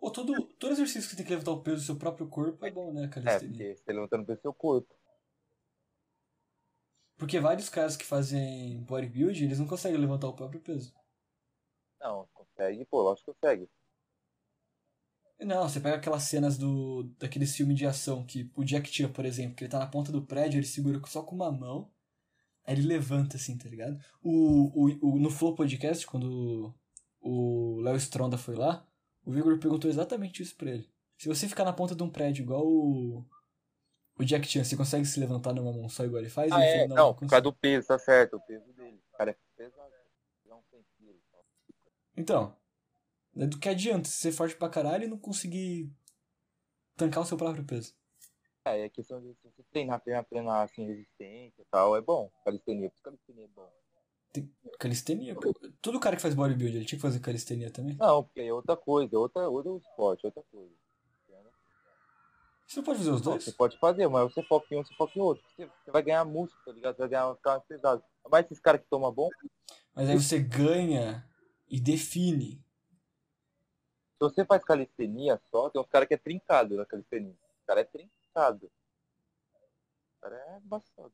Ou todo, todo exercício que você tem que levantar o peso do seu próprio corpo é bom, né, É, calistenia? porque você tá levantando pelo seu corpo. Porque vários caras que fazem bodybuilding, eles não conseguem levantar o próprio peso. Não, consegue, pô, lógico que consegue. Não, você pega aquelas cenas do daqueles filmes de ação que o Jack Chan, por exemplo, que ele tá na ponta do prédio, ele segura só com uma mão, aí ele levanta assim, tá ligado? O, o, o- no Flow Podcast, quando o Léo Stronda foi lá, o Vigor perguntou exatamente isso pra ele. Se você ficar na ponta de um prédio igual o, o Jack Chan, você consegue se levantar numa mão só igual ele faz? Ah, ele é, falou, não, não por consigo." causa do peso, tá certo, o peso dele. O cara é pesado, é um não tem peso. Então, né, do que adianta você ser forte pra caralho e não conseguir tancar o seu próprio peso? É, é questão de se você treinar, treinar, treinar, assim, resistência e tal, é bom. Calistenia, por isso calistenia é bom. Calistenia. pô. Todo cara que faz bodybuilding, ele tinha que fazer calistenia também. Não, porque é outra coisa, é outra, outro esporte, é outra coisa. Você não pode fazer os Não, dois? você pode fazer, mas você foca em um, você foca em outro. Você, você vai ganhar músculo, tá ligado? Você vai ganhar, ficar mais pesado. Mas esses caras que tomam bom, Mas aí você ganha e define. se você faz calistenia só, tem uns caras que é trincado na calistenia. O cara é trincado. O cara é embaçado.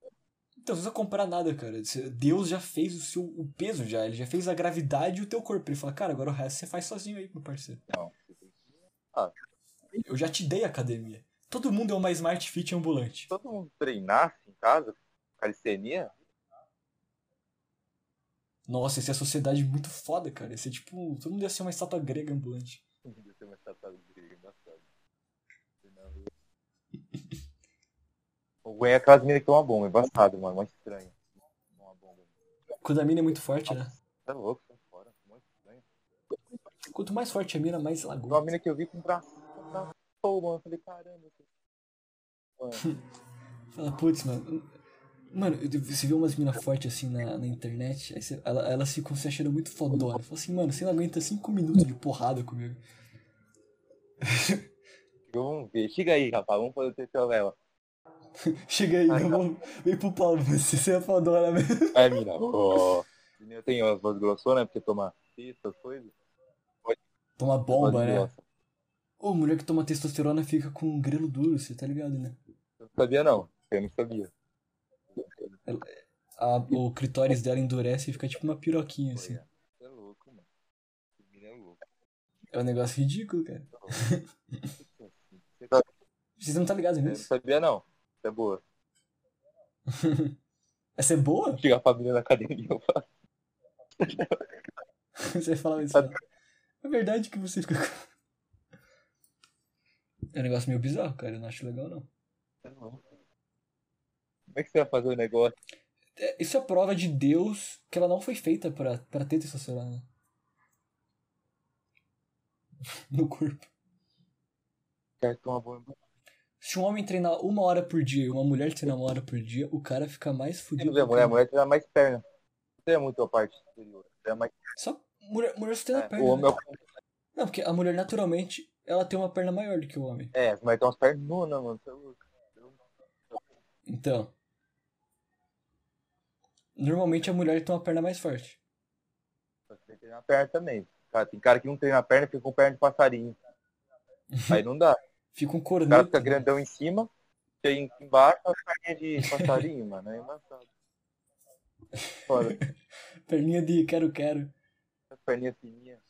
Então, você não precisa comprar nada, cara. Você- Deus já fez o seu o peso já. Ele já fez a gravidade e o teu corpo. Ele fala, cara, agora o resto você faz sozinho aí, meu parceiro. Não, Ah. você tem que... Eu já te dei a academia. Todo mundo é uma Smart Fit ambulante. todo mundo treinasse em casa, calistenia, Nossa, essa é a sociedade muito foda, cara. Esse é tipo. Todo mundo ia ser uma estátua grega ambulante. ia ser uma estatal de briga engraçada. Treinava. O Gwen é aquelas meninas que tomam bomba, embaçado, mano, mó estranho. né? Toma bomba. Quando a mina é muito forte, né? Tá louco, sai fora, mó estranho. Quanto mais forte a mina, mais Tem uma lagoa. mina que eu vi com braço, com braço, pô, mano, eu falei, caramba. que- Mano, Fala, putz, mano. Mano, eu- você vê umas minas fortes assim na, na internet, aí você, ela, elas ficam se achando muito fodona. Fala assim, mano, você não aguenta 5 minutos de porrada comigo. vamos ver, chega aí, rapaz, vamos fazer o terceiro dela. Chega aí, Ai, eu vou, vem pro pau, você, você é fodona mesmo. Aí, mina, ó. Eu tenho as vozes grossonas, né, porque toma essas coisas. Toma bomba, voz né? grossa. Ô, mulher que toma testosterona fica com um grelo duro, você tá ligado, né? Eu não sabia, não. Eu não sabia. A- o clitóris dela endurece e fica tipo uma piroquinha, assim. Você é louco, mano. Esse menino é louco. tá É um negócio ridículo, cara. Você tá- Vocês não tá ligados Eu não nisso? sabia, não. Isso é boa. Essa é boa? Chegar pra menina na academia, eu falo, Você falava Tá isso. né? É verdade que você fica com. É um negócio meio bizarro, cara. Eu não acho legal, não. "Você é louco." Como é que você vai fazer o negócio? É, isso é prova de Deus que ela não foi feita pra, pra ter testosterona. né? No corpo. Quer tomar bomba? Se um homem treinar uma hora por dia e uma mulher treinar uma hora por dia, o cara fica mais Você fudido. não vê a do que- mulher, né, a mulher tem mais perna. Não tem muito a parte superior. Tem mais... Só mulher, mulher só treina a é, perna. o homem é né? o Não, porque a mulher naturalmente ela tem uma perna maior do que o homem. É, mas tem umas pernonas, mano. Você é louco. Então. Normalmente a mulher tem uma perna mais forte. Você tem que treinar a perna também. Cara, tem cara que não treina a perna fica com perna de passarinho. Aí não dá. Fica um O cara corneto. fica grandão em cima, tem embaixo as perninhas de passarinho, mano. É embaçado. Foda, Perninha de quero, quero. as perninhas fininhas.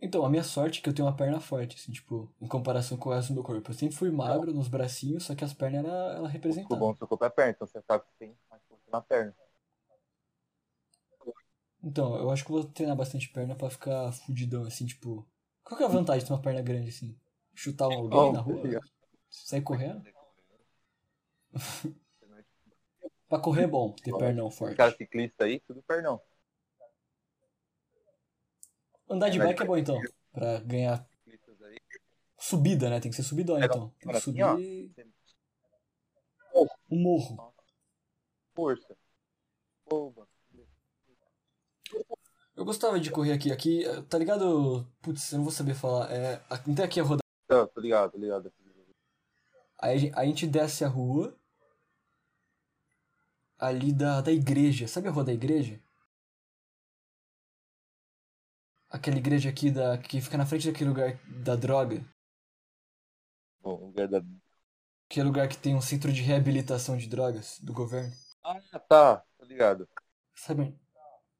Então, a minha sorte é que eu tenho uma perna forte, assim, tipo, em comparação com o resto do meu corpo. Eu sempre fui magro nos bracinhos, só que as pernas ela, ela Ficou representava. bom seu corpo é perna, então você sabe que tem mais força na perna. Então, eu acho que eu vou treinar bastante perna pra ficar fudidão, assim, tipo. Qual que é a vantagem de ter uma perna grande, assim? Chutar um alguém Bom, na rua? seria- Sair correndo? Pra correr é bom, ter Bom, pernão Os forte. caras ciclistas é aí, tudo pernão. Andar de andar de bike é bom então, pra ganhar Ciclistas aí, subida, né? Tem que ser subidona Pega- então. Tem pega que assim, subir ó. um morro. força. Boba. Eu gostava de correr aqui, aqui, eh, tá ligado? Putz, eu não vou saber falar. É, a- então aqui é a rodada. Tá, tô ligado, tô ligado. Aí a gen- a gente desce a rua. Ali da, da igreja. Sabe a rua da igreja? Aquela igreja aqui da, que fica na frente daquele lugar da droga. Bom, o lugar da. Aquele lugar que tem um centro de reabilitação de drogas do governo. Ah, tá, tô ligado. Sabe?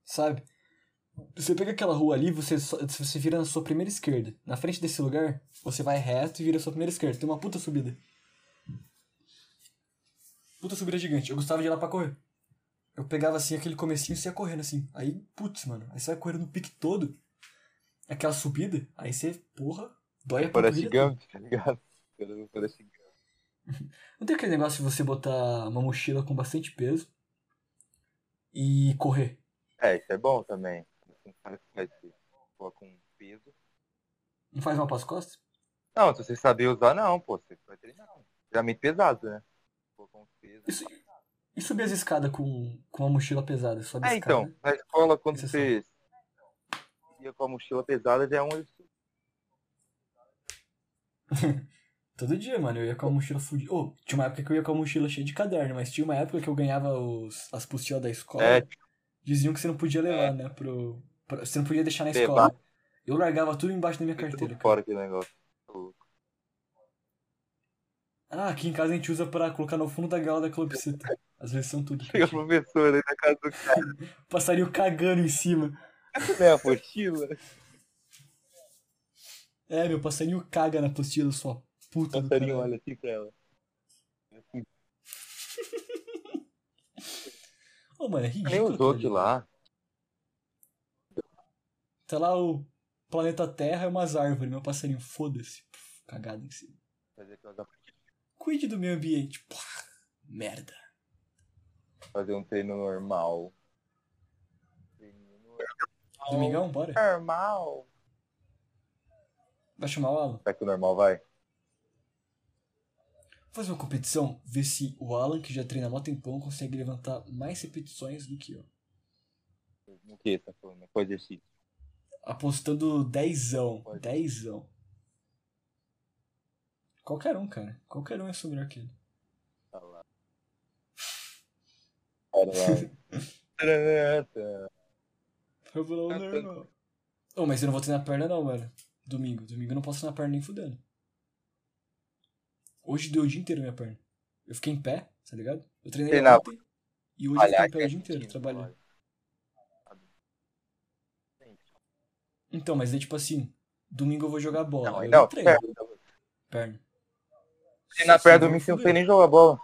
Sabe? Você pega aquela rua ali, você, só- você vira na sua primeira esquerda. Na frente desse lugar, você vai reto e vira a sua primeira esquerda. Tem uma puta subida. Puta subida gigante. Eu gostava de ir lá pra correr. Eu pegava assim aquele comecinho e você ia correndo assim. Aí, putz, mano. Aí você vai correndo no pique todo. É Aquela subida. Aí você, porra, dói a Parece panturrilha Gump, tá ligado? Cara, Parece Gump. Não tem aquele negócio de você botar uma mochila com bastante peso e correr. É, isso é bom também. Um cara que faz isso, coloca um peso. Não faz mal pras costas? Não, se você saber usar, não, pô. Você vai treinar. Geralmente pesado, né? Colocar um peso. Isso- E subir as escadas com, com uma mochila pesada? Sobe É, escada. então, na escola, quando né? Isso é você ia com a mochila pesada, já é um estudo. Todo dia, mano, eu ia com a mochila fudida. Ô, tinha uma época que eu ia com a mochila cheia de caderno, mas tinha uma época que eu ganhava os, as apostilas da escola. É. Diziam que você não podia levar, né? Pro, pra- você não podia deixar na escola. Eu largava tudo embaixo da minha carteira. tudo cara. fora aquele negócio. Ah, aqui em casa a gente usa pra colocar no fundo da gala da calopsita. Às vezes são tudo. Chega o um professor aí na casa do cara Passarinho cagando em cima. né, a mochila. É, meu passarinho caga na apostila, sua puta do passarinho caralho. olha assim pra ela. Ô, mano, é Nem ridículo. os outros cara. lá. Tá lá o planeta Terra é umas árvores, meu passarinho, foda-se. Puf, Cagado em cima. Fazer aquelas Cuide do meio ambiente. Pá, merda. fazer um treino normal. Treino normal. Domingão, bora. Normal. Vai chamar o Alan. Será que o normal vai? Vou fazer uma competição, ver se o Alan, que já treina há mó tempão, consegue levantar mais repetições do que eu. O que você tá falando? Qual exercício? Apostando dezão. Pode. Dezão. Qualquer um, cara. Qualquer um é sou melhor que ele. Tá lá. Cara, lá. Eu vou lá Ah, o normal. Ô, mas eu não vou treinar perna não, mano. Domingo. Domingo eu não posso treinar perna nem fudendo. Hoje deu o dia inteiro minha perna. Eu fiquei em pé, tá ligado? Eu treinei Treinava. ontem e hoje eu Aliás, é fiquei em pé o dia inteiro trabalhando. Então, mas daí tipo assim, domingo eu vou jogar bola. Não, aí eu não, treino perna. perna. Treinar Senão eu perto do domingo, você vou não fuder. sei nem jogar bola.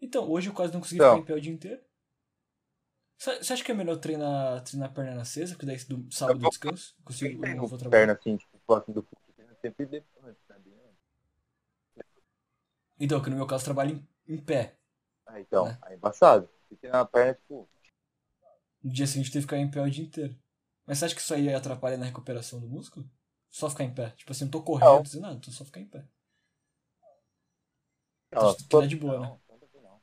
Então, hoje eu quase não consegui Então. ficar em pé o dia inteiro. Sa- Você acha que é melhor treinar, treinar perna na sexta? Porque daí do sábado eu vou- descanso? Eu Consigo, eu não treino vou trabalhar. perna assim, tipo, próximo do pulso. Sempre depois, sabe? Então, que no meu caso eu trabalho em- em pé. Ah, então, É. aí é embaçado. Se treinar a perna, tipo, No dia seguinte teve que ficar em pé o dia inteiro. Mas você acha que isso aí atrapalha na recuperação do músculo? Só ficar em pé. Tipo assim, não tô correndo, não Não. tô fazendo nada, tô só ficar em pé. ó, Acho que tá de boa, não, né? não, não, não.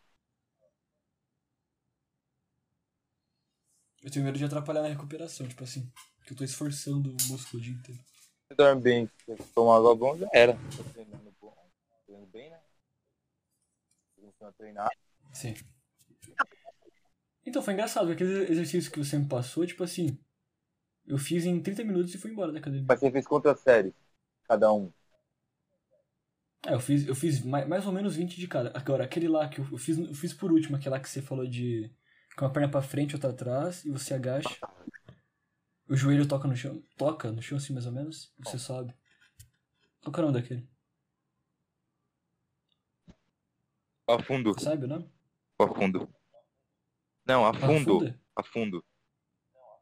Eu tenho medo de atrapalhar na recuperação, tipo assim. Que eu tô esforçando o músculo o dia inteiro. Se dorme bem, se tomar água bom, já era. Tô treinando bom. Treinando bem, né? Começando a treinar. Sim. Então, foi engraçado, porque aquele exercício que você me passou, tipo assim. Eu fiz em 30 minutos e fui embora da academia. Mas você fez quantas séries? Cada um. É, eu fiz, eu fiz mais, mais ou menos 20 de cada. Agora, aquele lá que eu, eu fiz, eu fiz por último, aquele lá que você falou de. Com a perna pra frente, outra atrás, e você agacha. O joelho toca no chão. Toca no chão, assim, mais ou menos. E você sobe. Qual que é o nome daquele? Afundo. Sabe o nome? Afundo. Não, afundo. Afunda? Afundo.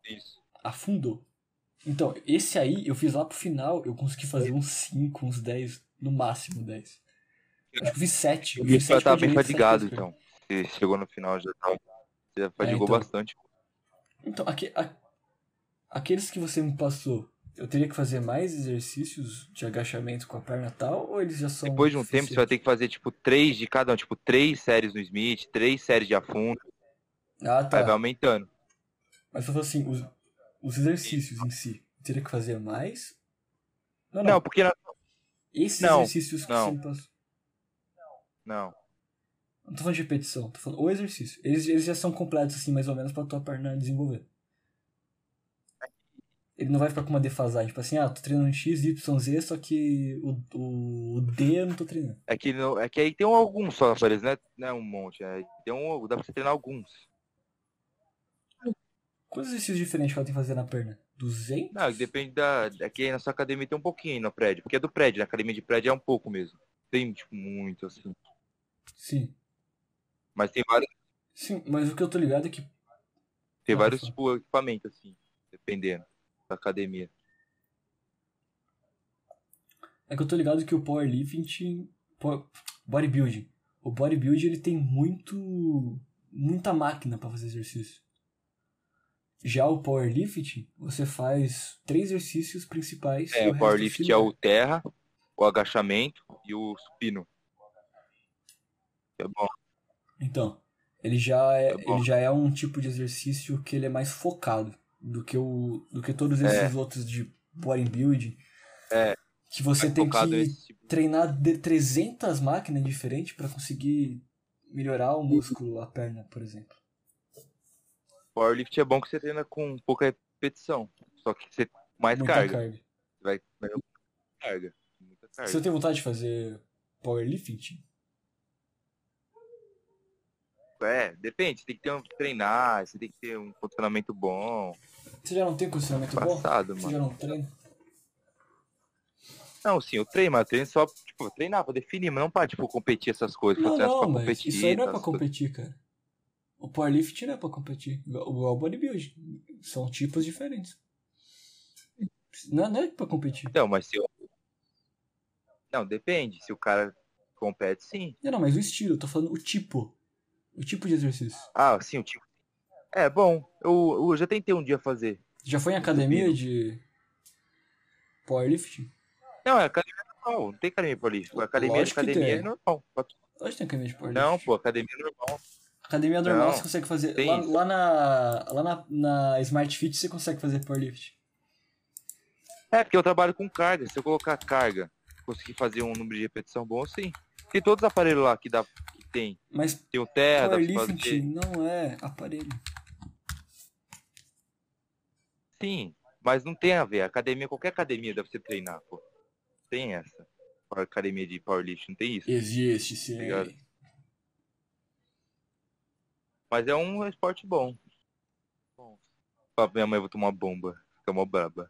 Isso. Afundou. Então, esse aí eu fiz lá pro final, eu consegui fazer uns 5, uns 10, no máximo 10. Acho que eu fiz 7. Eu já tava bem fatigado, então. Você chegou no final já tava. Já fadigou então. bastante. Então, aque, a- aqueles que você me passou, eu teria que fazer mais exercícios de agachamento com a perna tal, ou eles já são. Depois de um tempo, você vai suficientes? ter que fazer, tipo, três de cada um. Tipo, três séries no Smith, três séries de afundo. Ah, Aí vai tá. aumentando. Mas eu falo assim, os, os exercícios em si, eu teria que fazer mais? Não, não. Não, porque... na- Esses não, exercícios que não. você me passou. Não. Não tô falando de repetição, tô falando o exercício. Eles, eles já são completos, assim, mais ou menos, pra tua perna desenvolver. Ele não vai ficar com uma defasagem, tipo assim, ah, tô treinando X, Y, Z, só que o, o, o D eu não tô treinando. É que, não- é que aí tem um- alguns só, Farias, né? Não é um monte. É, tem um, dá pra você treinar alguns. Quantos exercícios diferentes que ela tem que fazer na perna? 200? Não, depende da. Aqui na sua academia tem um pouquinho no prédio, porque é do prédio, na academia de prédio é um pouco mesmo. Tem, tipo, muito, assim. Sim. Mas tem vários, Sim, mas o que eu tô ligado é que. tem Ah, vários só. tipo, equipamentos, assim, dependendo da academia. É que eu tô ligado que o powerlifting. po- Bodybuilding. O bodybuilding ele tem muito. muita máquina pra fazer exercício. Já o powerlifting, você faz três exercícios principais. e É, o resto powerlift é auxiliar. o terra, o agachamento e o supino. É bom. Então, ele já é, Tá bom. ele já é um tipo de exercício que ele é mais focado do que o do que todos esses outros de bodybuilding. É, Que você mais tem focado que nesse tipo. treinar de 300 máquinas diferentes pra conseguir melhorar o músculo, a perna, por exemplo. Powerlift é bom que você treina com pouca repetição. Só que você mais Muita carga. carga. Você vai vai- carga. Muita carga. Você tem vontade de fazer powerlifting? É, depende, você tem que ter um, treinar, você tem que ter um condicionamento bom, Você já não tem condicionamento bom? passado, Você mano. já não treina? Não, sim, eu treino, mas eu treino só, tipo, eu treinava, definir, mas não pra, tipo, competir essas coisas. Não, eu treino só não, pra mas competir, isso aí não é pra essas coisas. competir, cara. O powerlifting não é pra competir. Igual igual o bodybuilding. São tipos diferentes. Não, não é pra competir. Então, mas se eu... Não, depende, se o cara compete, sim. Não, não, mas o estilo, eu tô falando o tipo. O tipo de exercício. Ah, sim, o tipo... É, bom, eu, eu já tentei um dia fazer. Já foi em academia de powerlifting? Não, é academia normal, não tem academia pra lixo. Academia, Lógico que academia tem. é normal. Hoje tem academia de powerlifting. Não, pô, academia é normal. Academia normal Não, você consegue fazer. tem Lá, isso. lá na, lá na, na Smart Fit você consegue fazer powerlifting. É, porque eu trabalho com carga. Se eu colocar carga, conseguir fazer um número de repetição bom, sim. Tem todos os aparelhos lá que, dá, que tem. Mas Tem o terra, É, dá pra powerlifting fazer. não é aparelho. Sim, mas não tem a ver. Academia, qualquer academia dá pra você treinar, pô. Tem essa. Academia de powerlifting, não tem isso. Existe, sim. Obrigado. Mas é um esporte bom. Bom. Ah, Minha mãe vai tomar bomba. Fica mó braba.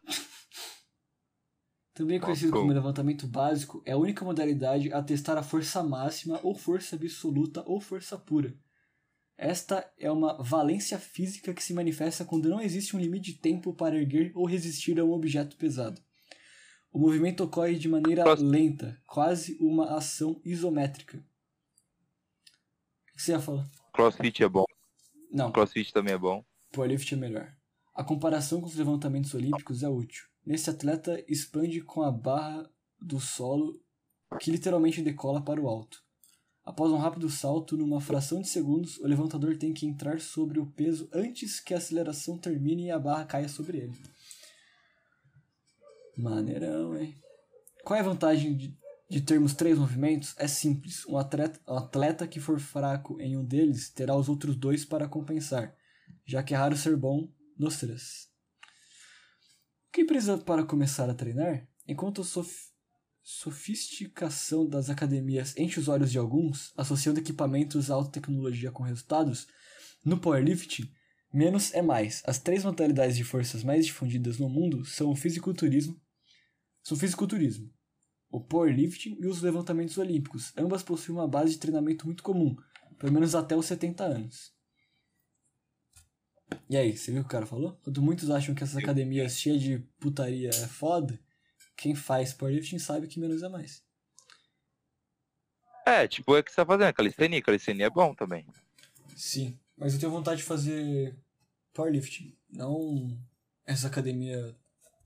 Também conhecido Bom, como bom. levantamento básico, é a única modalidade a testar a força máxima ou força absoluta ou força pura. Esta é uma valência física que se manifesta quando não existe um limite de tempo para erguer ou resistir a um objeto pesado. O movimento ocorre de maneira Próximo. lenta, quase uma ação isométrica. O que você ia falar? Crossfit é bom. Não, Crossfit também é bom. Powerlift é melhor. A comparação com os levantamentos olímpicos é útil. Nesse atleta expande com a barra do solo que literalmente decola para o alto. Após um rápido salto, numa fração de segundos, o levantador tem que entrar sobre o peso antes que a aceleração termine e a barra caia sobre ele. Maneirão, hein? Qual é a vantagem de, de termos três movimentos? É simples. Um atleta, um atleta que for fraco em um deles terá os outros dois para compensar, já que é raro ser bom nos três. O que precisa para começar a treinar? Enquanto a sof sofisticação das academias enche os olhos de alguns, associando equipamentos à alta tecnologia com resultados, no powerlifting, menos é mais. As três modalidades de forças mais difundidas no mundo são o fisiculturismo, são o fisiculturismo, o powerlifting e os levantamentos olímpicos. Ambas possuem uma base de treinamento muito comum, pelo menos até os 70 anos. E aí, você viu o que o cara falou? Quando muitos acham que essas academias cheias de putaria é foda, quem faz powerlifting sabe que menos é mais. É, tipo, é o que você tá fazendo, calistenia. Calistenia é bom também. Sim, mas eu tenho vontade de fazer powerlifting, não essa academia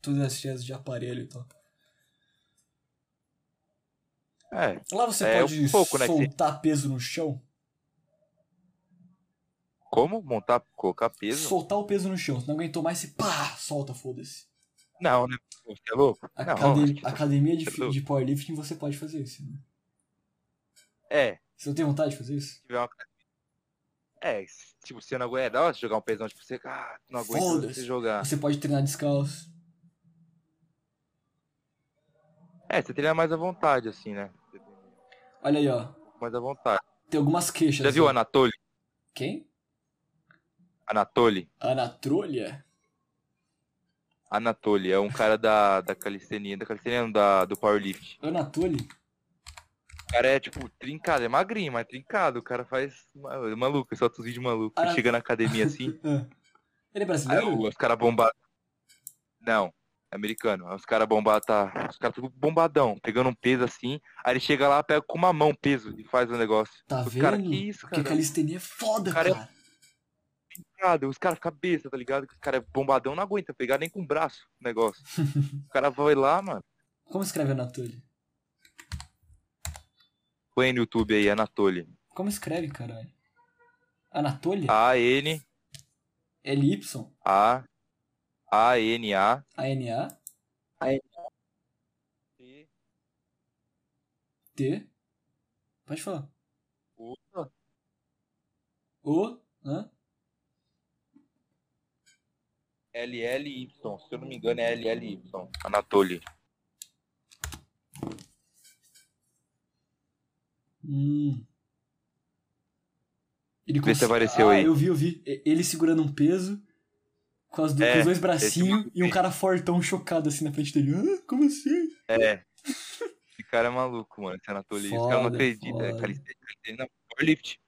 todas cheias de aparelho e tal. É. Lá você É, pode um pouco, né, que soltar peso no chão? Como montar, colocar peso? Soltar o peso no chão. Se não aguentou mais, você pá, solta, foda-se. Não, né? Pô, Você é louco? Não, Acade- acho que- Academia de, fi- Eu- de powerlifting você pode fazer isso. Né? É, Você não tem vontade de fazer isso? tiver uma. É, se- tipo, você não aguenta, da hora você jogar um pesão, tipo, você, ah, não aguenta Foda-se. você jogar. Você pode treinar descalço. É, você teria mais à vontade, assim, né? Você tem Olha aí, ó. Mais à vontade. Tem algumas queixas. Já viu o ó. Anatoly? Quem? Anatoly? Anatrolha? Anatoly, é um cara da, da calistenia, da calistenia não, da, do powerlift. Anatoly? O cara é, tipo, trincado, é magrinho, mas trincado. O cara faz ma- maluco, solta os vídeos malucos. Ah. Chega na academia assim, Ah. Ele é aí brasileiro? os caras bombados. Não, é americano. Aí Os caras bombados, tá. Os caras tudo bombadão, pegando um peso assim. Aí ele chega lá, pega com uma mão o peso e faz o negócio. Tá os vendo? caras, que isso, Porque cara? a calistenia é foda, Cara, cara. eu- trincado, os caras cabeça, tá ligado? Que os caras é bombadão, não aguenta pegar nem com o braço o negócio. o cara vai lá, mano. Como escreve Anatoly? Põe no YouTube aí, Anatoly. Como escreve, caralho? Anatolia? Ah. A-N, L-Y? A, A-N-A, A-N-A? T? Pode falar. Opa. O? Hã? L-L-Y, se eu não me engano é L-L-Y. Anatoly. Hum. Ele Vê se cons- apareceu Ah, aí. Eu vi, eu vi. E- Ele segurando um peso com, as du- É, com os dois esse bracinhos maluco e um aí. cara fortão chocado assim na frente dele. Ah, como assim? É. Esse cara é maluco, mano, esse Anatoly. Os caras não Foda, acreditam. É foda. calistenia, calistenia, powerlift.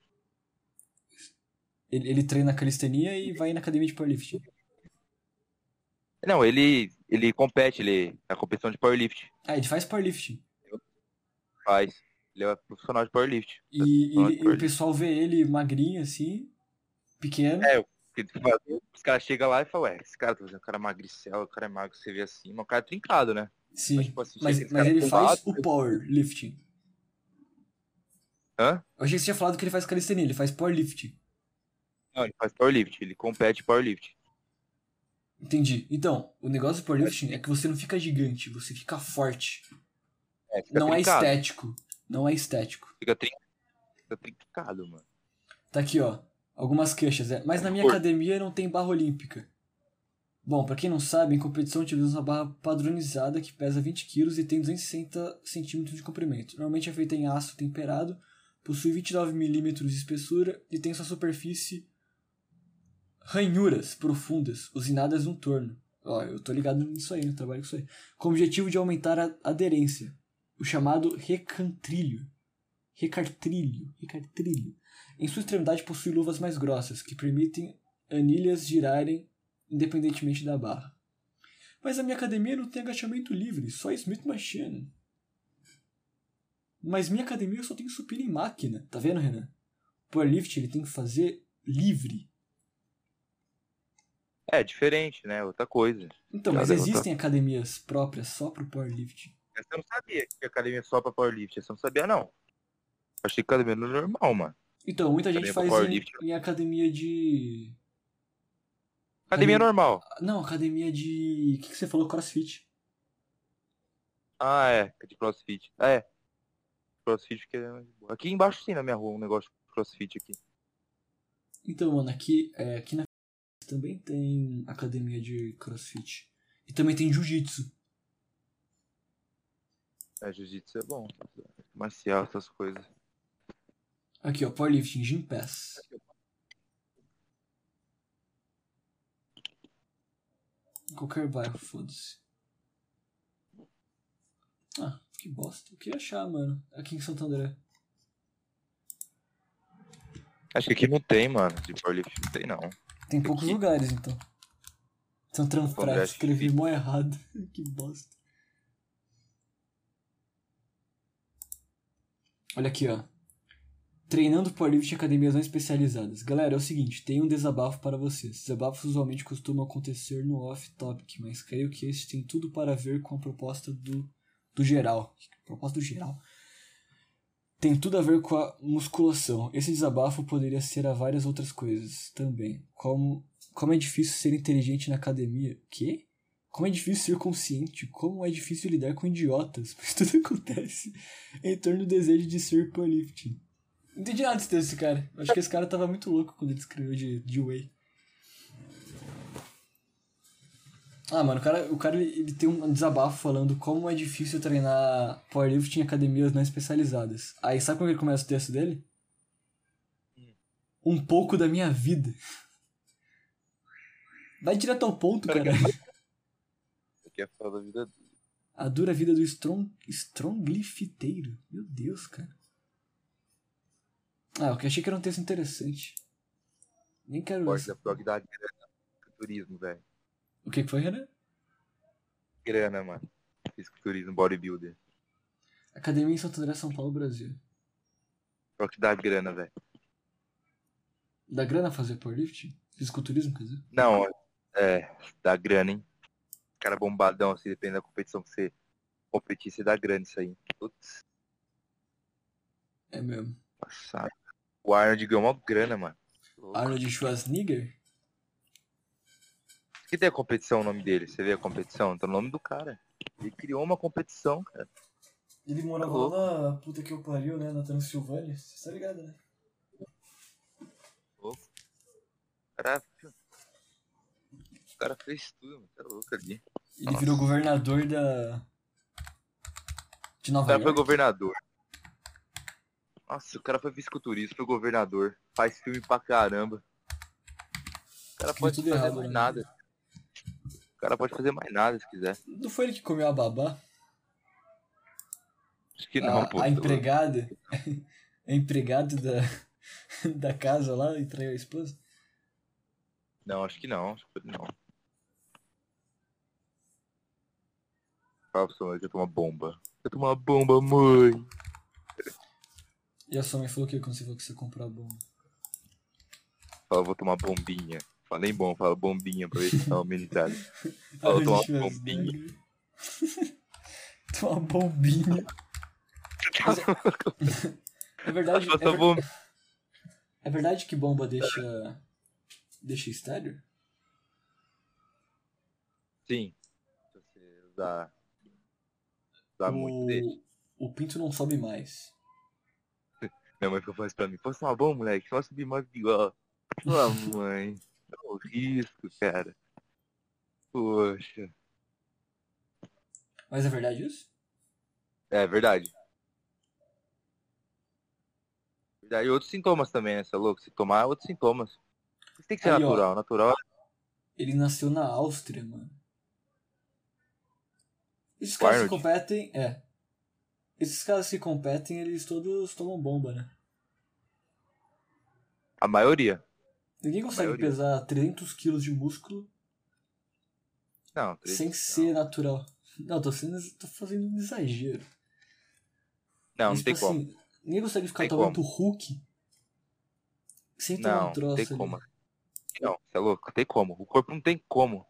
Ele, ele treina calistenia e vai na academia de powerlifting. Não, ele, ele compete, ele é competição de powerlift. Ah, ele faz powerlifting. Faz. Ele é profissional de powerlift. E, e- Faz e o powerlifting. pessoal vê ele magrinho assim, pequeno. É, Porque tu fala, os caras chegam lá e falam, ué, esse cara, tá fazendo, o cara é magricelo, o cara é magro, você vê assim, mas o cara é trincado, né? Mas, sim. tipo assim, Mas, chega esse mas cara ele faz o bombado, powerlifting. Hã? Eu achei que você tinha falado que ele faz calistenia, ele faz powerlifting. Não, ele faz powerlift, ele compete powerlift. Entendi. Então, o negócio do powerlifting é que você não fica gigante, você fica forte. É, fica Não é trincado, estético. Não é estético. Fica, trin... fica trincado, mano. Tá aqui, ó. Algumas queixas, é. Mas na minha Por- academia não tem barra olímpica. Bom, pra quem não sabe, em competição utilizamos uma barra padronizada que pesa 20 kg e tem 260 centímetros de comprimento. Normalmente é feita em aço temperado, possui 29 mm de espessura e tem sua superfície ranhuras profundas, usinadas num torno. Ó, eu tô ligado nisso aí, eu trabalho com isso aí. Com o objetivo de aumentar a aderência, o chamado recantrilho. Recartrilho, recartrilho. Em sua extremidade possui luvas mais grossas, que permitem anilhas girarem independentemente da barra. Mas a minha academia não tem agachamento livre, só Smith Machine. Mas minha academia só tem supino em máquina, tá vendo, Renan? Powerlift ele tem que fazer livre. É, diferente, né? Outra coisa. Então, Já mas derrotou. existem academias próprias só pro powerlifting? Essa eu não sabia que tinha academia só pra powerlift, essa eu não sabia, não. Acho que academia não é normal, mano. Então, muita gente Academia faz em, powerlifting. em academia de. Academia é normal. Não, academia de. O que, que você falou? Crossfit. Ah, é. De crossfit. Ah, é. Crossfit que é mais de boa. Aqui embaixo tem na minha rua um negócio de crossfit aqui. Então, mano, aqui, é, aqui na também tem academia de crossfit. E também tem jiu-jitsu. É, jiu-jitsu é bom. Marcial, essas coisas. Aqui, ó, powerlifting, gym pass. Em Qualquer bairro, foda-se. Ah, que bosta. O que achar, mano? Aqui em Santo André. Acho que aqui não tem, mano. De powerlifting não tem, não. Tem poucos Aqui. lugares, então. São Tranfrato, Congresso escrevi Fitness. mó errado. que bosta. Olha aqui, ó. Treinando powerlifting em academias não especializadas. Galera, é o seguinte, tem um desabafo para vocês. Desabafos usualmente costumam acontecer no off-topic, mas creio que esse tem tudo para ver com a proposta do, do geral. Proposta do geral tem tudo a ver com a musculação. Esse desabafo poderia ser a várias outras coisas também. Como, como é difícil ser inteligente na academia. Quê? Como é difícil ser consciente. Como é difícil lidar com idiotas. Mas tudo acontece em torno do desejo de ser powerlifting. Não entendi nada desse texto, desse cara. Acho que esse cara tava muito louco quando ele escreveu de, de Whey. Ah, mano, o cara, o cara ele ele tem um desabafo falando como é difícil treinar powerlifting em academias não especializadas. Aí sabe como ele começa o texto dele? Um pouco da minha vida. Vai direto ao ponto, Pera cara. Aqui é fora da vida dele. A dura vida do strong, Stronglifiteiro. Meu Deus, cara. Ah, eu que- achei que era um texto interessante. Nem quero. Forte da porque dá grana. Turismo, velho. O que que foi, Renan? Grana, mano. Fisiculturismo, bodybuilder. Academia em Santo André, São Paulo, Brasil. Só que dá grana, velho. Dá grana fazer powerlifting? Fisiculturismo, quer dizer? Não, é, dá grana, hein? Cara bombadão, assim, depende da competição que você competir, você dá grana isso aí. Putz, É mesmo. passado. O Arnold ganhou uma grana, mano. Arnold Schwarzenegger? Que tem a competição o nome dele? Você vê a competição? Tá o nome do cara. Ele criou uma competição, cara. Ele morava lá na puta que eu pariu, né? Na Transilvânia. Você tá ligado, né? cara o cara fez tudo, mano. Tá louco ali. Ele Nossa. virou governador da. De O Nova cara foi York. governador. Nossa, o cara foi fisiculturista, foi governador. Faz filme pra caramba. O cara Escreveu pode tudo fazer errado, mais né? nada. O cara pode fazer mais nada se quiser. Não foi ele que comeu a babá? Acho que não, a, pô. a empregada. a empregada da, da casa lá e traiu a esposa? Não, acho que não. Acho que não. Fala pra sua mãe que eu tô uma bomba. Eu tô uma bomba, mãe. E a sua mãe falou o que quando você falou que você ia comprar bomba? Fala, vou tomar bombinha. Fala nem bom, fala bombinha pra ver se tá humilhado. Fala, Arnold eu tô uma bombinha. Schwarzenegger. Tô uma bombinha. É verdade, é, Eu tô ver- bom- é verdade que bomba deixa. deixa estéreo? Sim. Se você usar, usar muito dele. o pinto não sobe mais. Minha mãe ficou falando pra mim, posso tomar bom, moleque? Só subir mais igual. Sua mãe. É um risco, cara. Poxa. Mas é verdade isso? É verdade. Verdade. E outros sintomas também, né? Você é louco? Se tomar, outros sintomas. Isso tem que ser Aí, ó. natural. Natural é Ele nasceu na Áustria, mano. Esses O caras que Arnold? competem. É. Esses caras que competem, eles todos tomam bomba, né? a maioria. Ninguém consegue maioria. pesar 300 quilos de músculo Não, três- sem ser natural. Não, tô, sendo, tô fazendo um exagero. Não, não, Mas, não tem tipo como. assim, ninguém consegue ficar Tem tomando Hulk sem tomar Não, um troço tem ali. como. né? Não, você é louco, tem como. O corpo não tem como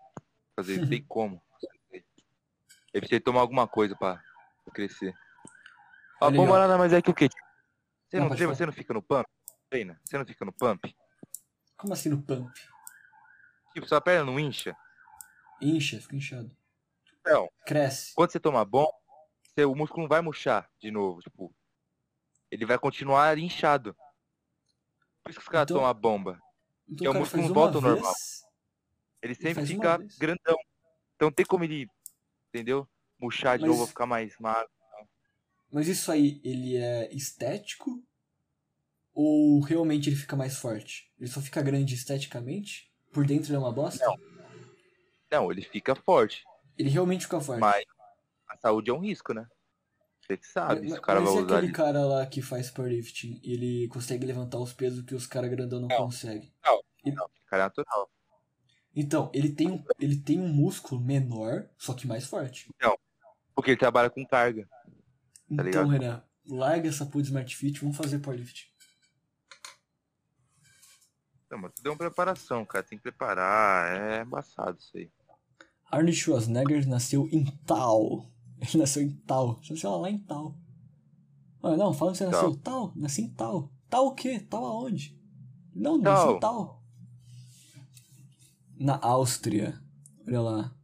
fazer isso, tem como. Ele precisa tomar alguma coisa pra crescer. A Olha aí, bomba ó. nada mais é que o quê? Você Tá Não, não, pode treina, falar. você não fica no pump? Treina. Você não fica no pump? Como assim no pump? Tipo, sua perna não incha? Incha, fica inchado. Então, Cresce. quando você toma bom, você- o músculo não vai murchar de novo, tipo. Ele vai continuar inchado. Por isso que os caras Então- tomam a bomba. Então Que é o o cara músculo faz uma volta ao vez, normal. Ele sempre faz uma fica vez. grandão. Então tem como ele, entendeu? Murchar de Mas- novo, ficar mais magro. Mas isso aí, ele é estético? Ou realmente ele fica mais forte? Ele só fica grande esteticamente? Por dentro ele é uma bosta? Não, ele fica forte. Ele realmente fica forte. Mas a saúde é um risco, né? Você que sabe, Ma- se o cara mas vai e usar aquele de cara lá que faz powerlifting? Ele consegue levantar os pesos que os caras grandão não, Não. conseguem. cara natural. Então, ele tem, um, ele tem um músculo menor, só que mais Tá forte. Porque ele trabalha com carga. Tá então, ligado? Renan, larga essa porra de Smart Fit, vamos fazer powerlifting. Não, mas tudo é uma preparação, cara. Tem que preparar. É embaçado isso aí. Arnold Schwarzenegger nasceu em tal. Ele nasceu em tal. Você nasceu lá em tal. Ah, não, fala que você nasceu tal. Nasci em tal. Tal o quê? Tal aonde? Não, nasci em Tal. tal. Na Áustria. Olha lá.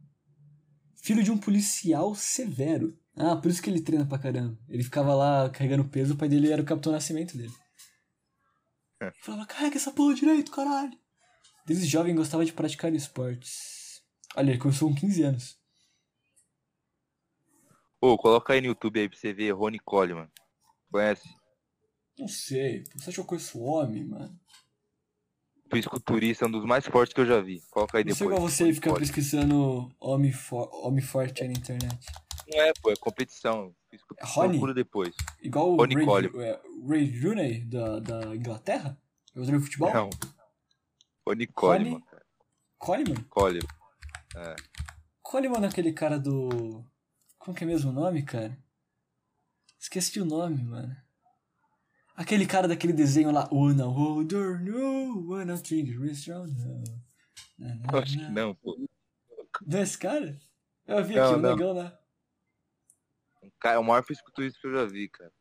Filho de um policial severo. Ah, por isso que ele treina pra caramba. Ele ficava lá carregando peso, o pai dele era o Capitão Nascimento dele. É. Falava, carrega essa porra direito, caralho. Desde jovem gostava de praticar esportes. Olha, ele começou com 15 anos. Ô, coloca aí no YouTube aí pra você ver Rony Coleman. Conhece? Não sei, pô, você acha que eu conheço o homem, mano? Fisiculturista, é um dos mais fortes que eu já vi. Coloca aí Não depois. sei igual você ficar Pode. pesquisando homem, fo- homem forte aí na internet. Não é, pô, é competição. Fisiculturista Rony? procura depois. Igual o Rony Ray, Coleman. é, Ray Rooney da, da Inglaterra? Jogador de futebol? Não. Rony Coleman, cara. Coleman? Coleman. Coleman é aquele cara do. Como que é mesmo o nome, cara? Esqueci o nome, mano. Aquele cara daquele desenho lá. Wanna hold or no, wanna drink restaurant no. Na, na, Eu acho na. que não, pô. Não é esse cara? Eu vi Não, aqui, o não. negão lá. Um cara- é o maior fisiculturista que eu já vi, cara.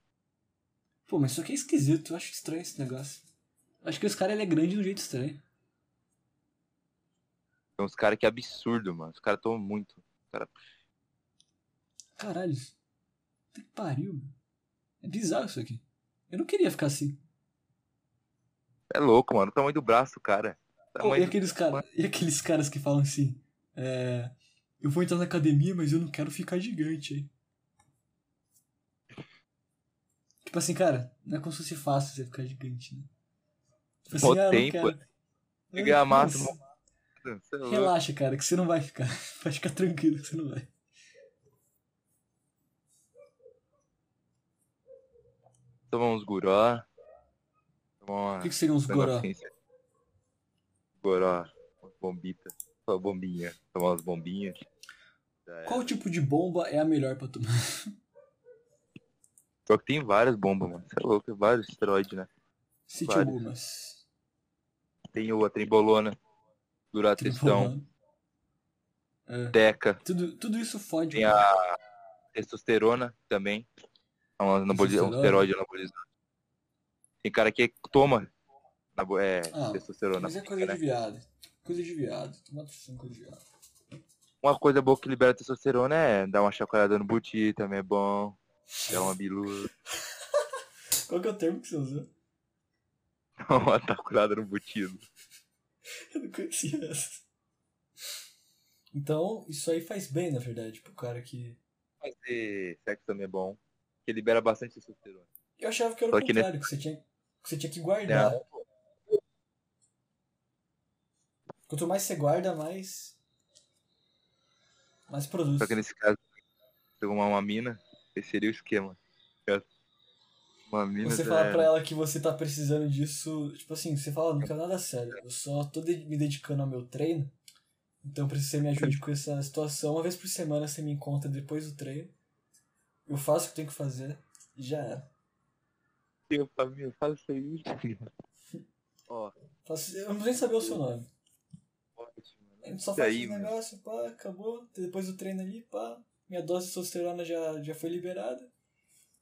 Pô, mas isso aqui é esquisito, eu acho estranho esse negócio. Acho que esse cara ele é grande de um jeito estranho. Tem uns caras que é absurdo, mano. Os caras tomam muito. Caralho. Que pariu, mano. É bizarro isso aqui. Eu não queria ficar assim. É louco, mano. O tamanho do braço, do cara. O Pô, tamanho e, do- aqueles cara, e aqueles caras que falam assim, é, eu vou entrar na academia, mas eu não quero ficar gigante, hein? Tipo assim, cara, não é como se fosse fácil você ficar gigante, né? Tipo Mó assim, ah, eu não tempo, quero. Tem que ganhar Não, massa, mas- Você é louco. Relaxa, cara, que você não vai ficar. Vai ficar tranquilo que você não vai. Tomar uns guró. Tomar O uma... que, que seriam os um negocinho goró? assim. Goró. uma Bombita. Uma bombinha. Tomar umas bombinhas. Já era. Qual tipo de bomba é a melhor pra tomar? Pior que tem várias bombas, mano. Você é louco. Vários esteroides, né? Cite Várias. algumas. Tem o- a tribolona. Duratestão. Tribolona. É, Deca. tudo, tudo isso fode. um Tem a testosterona também. É um, anaboli... é um Testosterona? esteroide anabolizante. Tem cara que toma anabo- é, Ah, testosterona. Mas é fica, coisa né? de viado. Coisa de viado. Toma atenção, coisa de viado. Uma coisa boa que libera testosterona é dar uma chacoalhada no buti, também é bom. Dar uma biluda, Qual que é o termo que você usou? dar uma tacurada no butido. Eu não conhecia essa. Então, isso aí faz bem, na verdade, pro cara que. Fazer sexo também é bom, que libera bastante testosterona. Eu achava que era o Só que né? É. contrário, que, você tinha, que você tinha que guardar. Não. Quanto mais você guarda, mais. Mais produz. Só que né, nesse caso, se eu arrumar uma mina, esse seria o esquema. É, Uma mina Você já é falar era. pra ela que você tá precisando disso, tipo assim, você fala, não quero nada sério, eu só tô de- me dedicando ao meu treino, então eu preciso que você me ajude com essa situação. Uma vez por semana você me encontra depois do treino, eu faço o que tenho que fazer e já era. Eu falo, meu, fala isso aí. Ó, Faço- Eu não vou nem saber o seu nome. ótimo. A gente só Isso faz aí, esse mano. negócio, pá, acabou. Depois do treino ali, pá, minha dose de testosterona já, já foi liberada.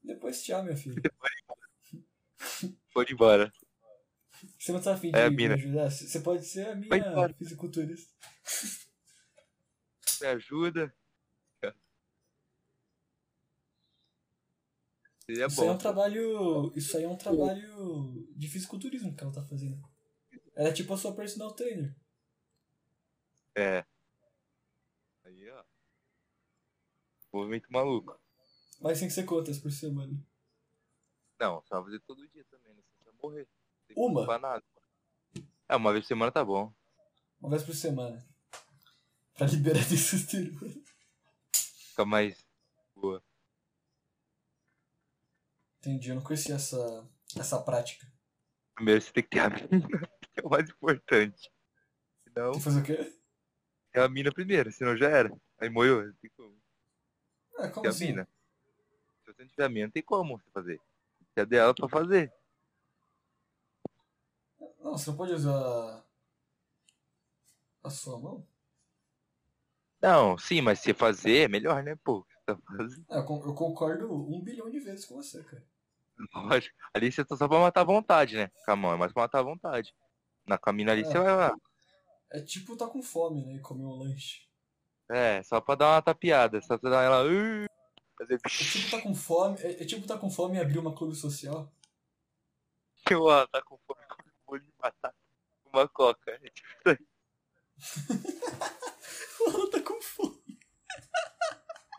Depois tchau, meu filho. Pode ir embora. Você não tá afim de É, me mina. ajudar? C- Você pode ser a Vai embora. minha fisiculturista. Me ajuda. Seria isso aí é bom. um trabalho. Isso aí é um trabalho de fisiculturismo que ela tá fazendo. Ela é tipo a sua personal trainer. É. Aí, ó. Movimento maluco. Mas tem que ser quantas por semana? Não, só fazer todo dia também, né? Você vai morrer. Não tem Uma? que culpar nada. É, uma vez por semana tá bom. Uma vez por semana. Pra liberar testosterona. Fica mais boa. Entendi, eu não conhecia essa, essa prática. Primeiro você tem que ter a mina, que é o mais importante. Senão, Tem que fazer o quê? é a mina primeiro, senão já era. Aí moiou, não tem como. Ah, como Tem a assim? mina. Se você não tiver a mina, não tem como você fazer. Se é dela pra fazer. Não, você não pode usar a sua mão? Não, sim, mas se fazer é melhor, né, pô? Você tá fazendo, Ah, eu con- eu concordo um bilhão de vezes com você, cara. lógico. Ali você tá só pra matar a vontade, né? Com a mão, é mais pra matar a vontade. Na camina ali É. você vai. É tipo tá com fome, né? E comer um lanche. É, só pra dar uma tapeada. Só pra dar ela. "Uh", Fazer. É tipo tá com fome. É, é tipo tá com fome e abrir uma clube social. Que ó, tá com fome com um molho de batata. Uma coca. É tipo isso aí. Ela tá com fome.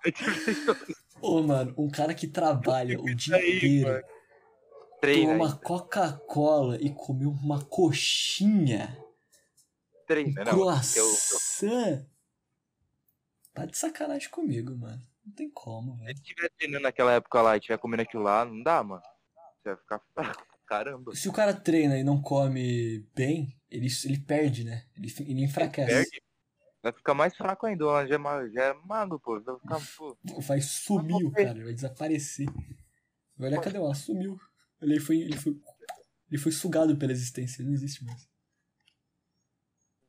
É tipo isso aí. Ô, mano, um cara que trabalha o dia aí, inteiro, Treina. toma aí. uma Coca-Cola e comeu uma coxinha, um Treina, não. esse é o- croissant. Tá de sacanagem comigo, mano. Não tem como, Se velho. tiver treinando naquela época lá e tiver comendo aquilo lá, não dá, mano. Você vai ficar. Caramba. Se o cara treina e não come bem, ele, ele perde, né? Ele, fi- ele enfraquece. Perde. Vai ficar mais fraco ainda, o já é ma- já é magro, pô. Vai ficar, pô. Vai sumir o cara, vai desaparecer. Vai olhar, cadê ela? Sumiu. Ele foi, ele foi. Ele foi sugado pela existência, ele não existe mais.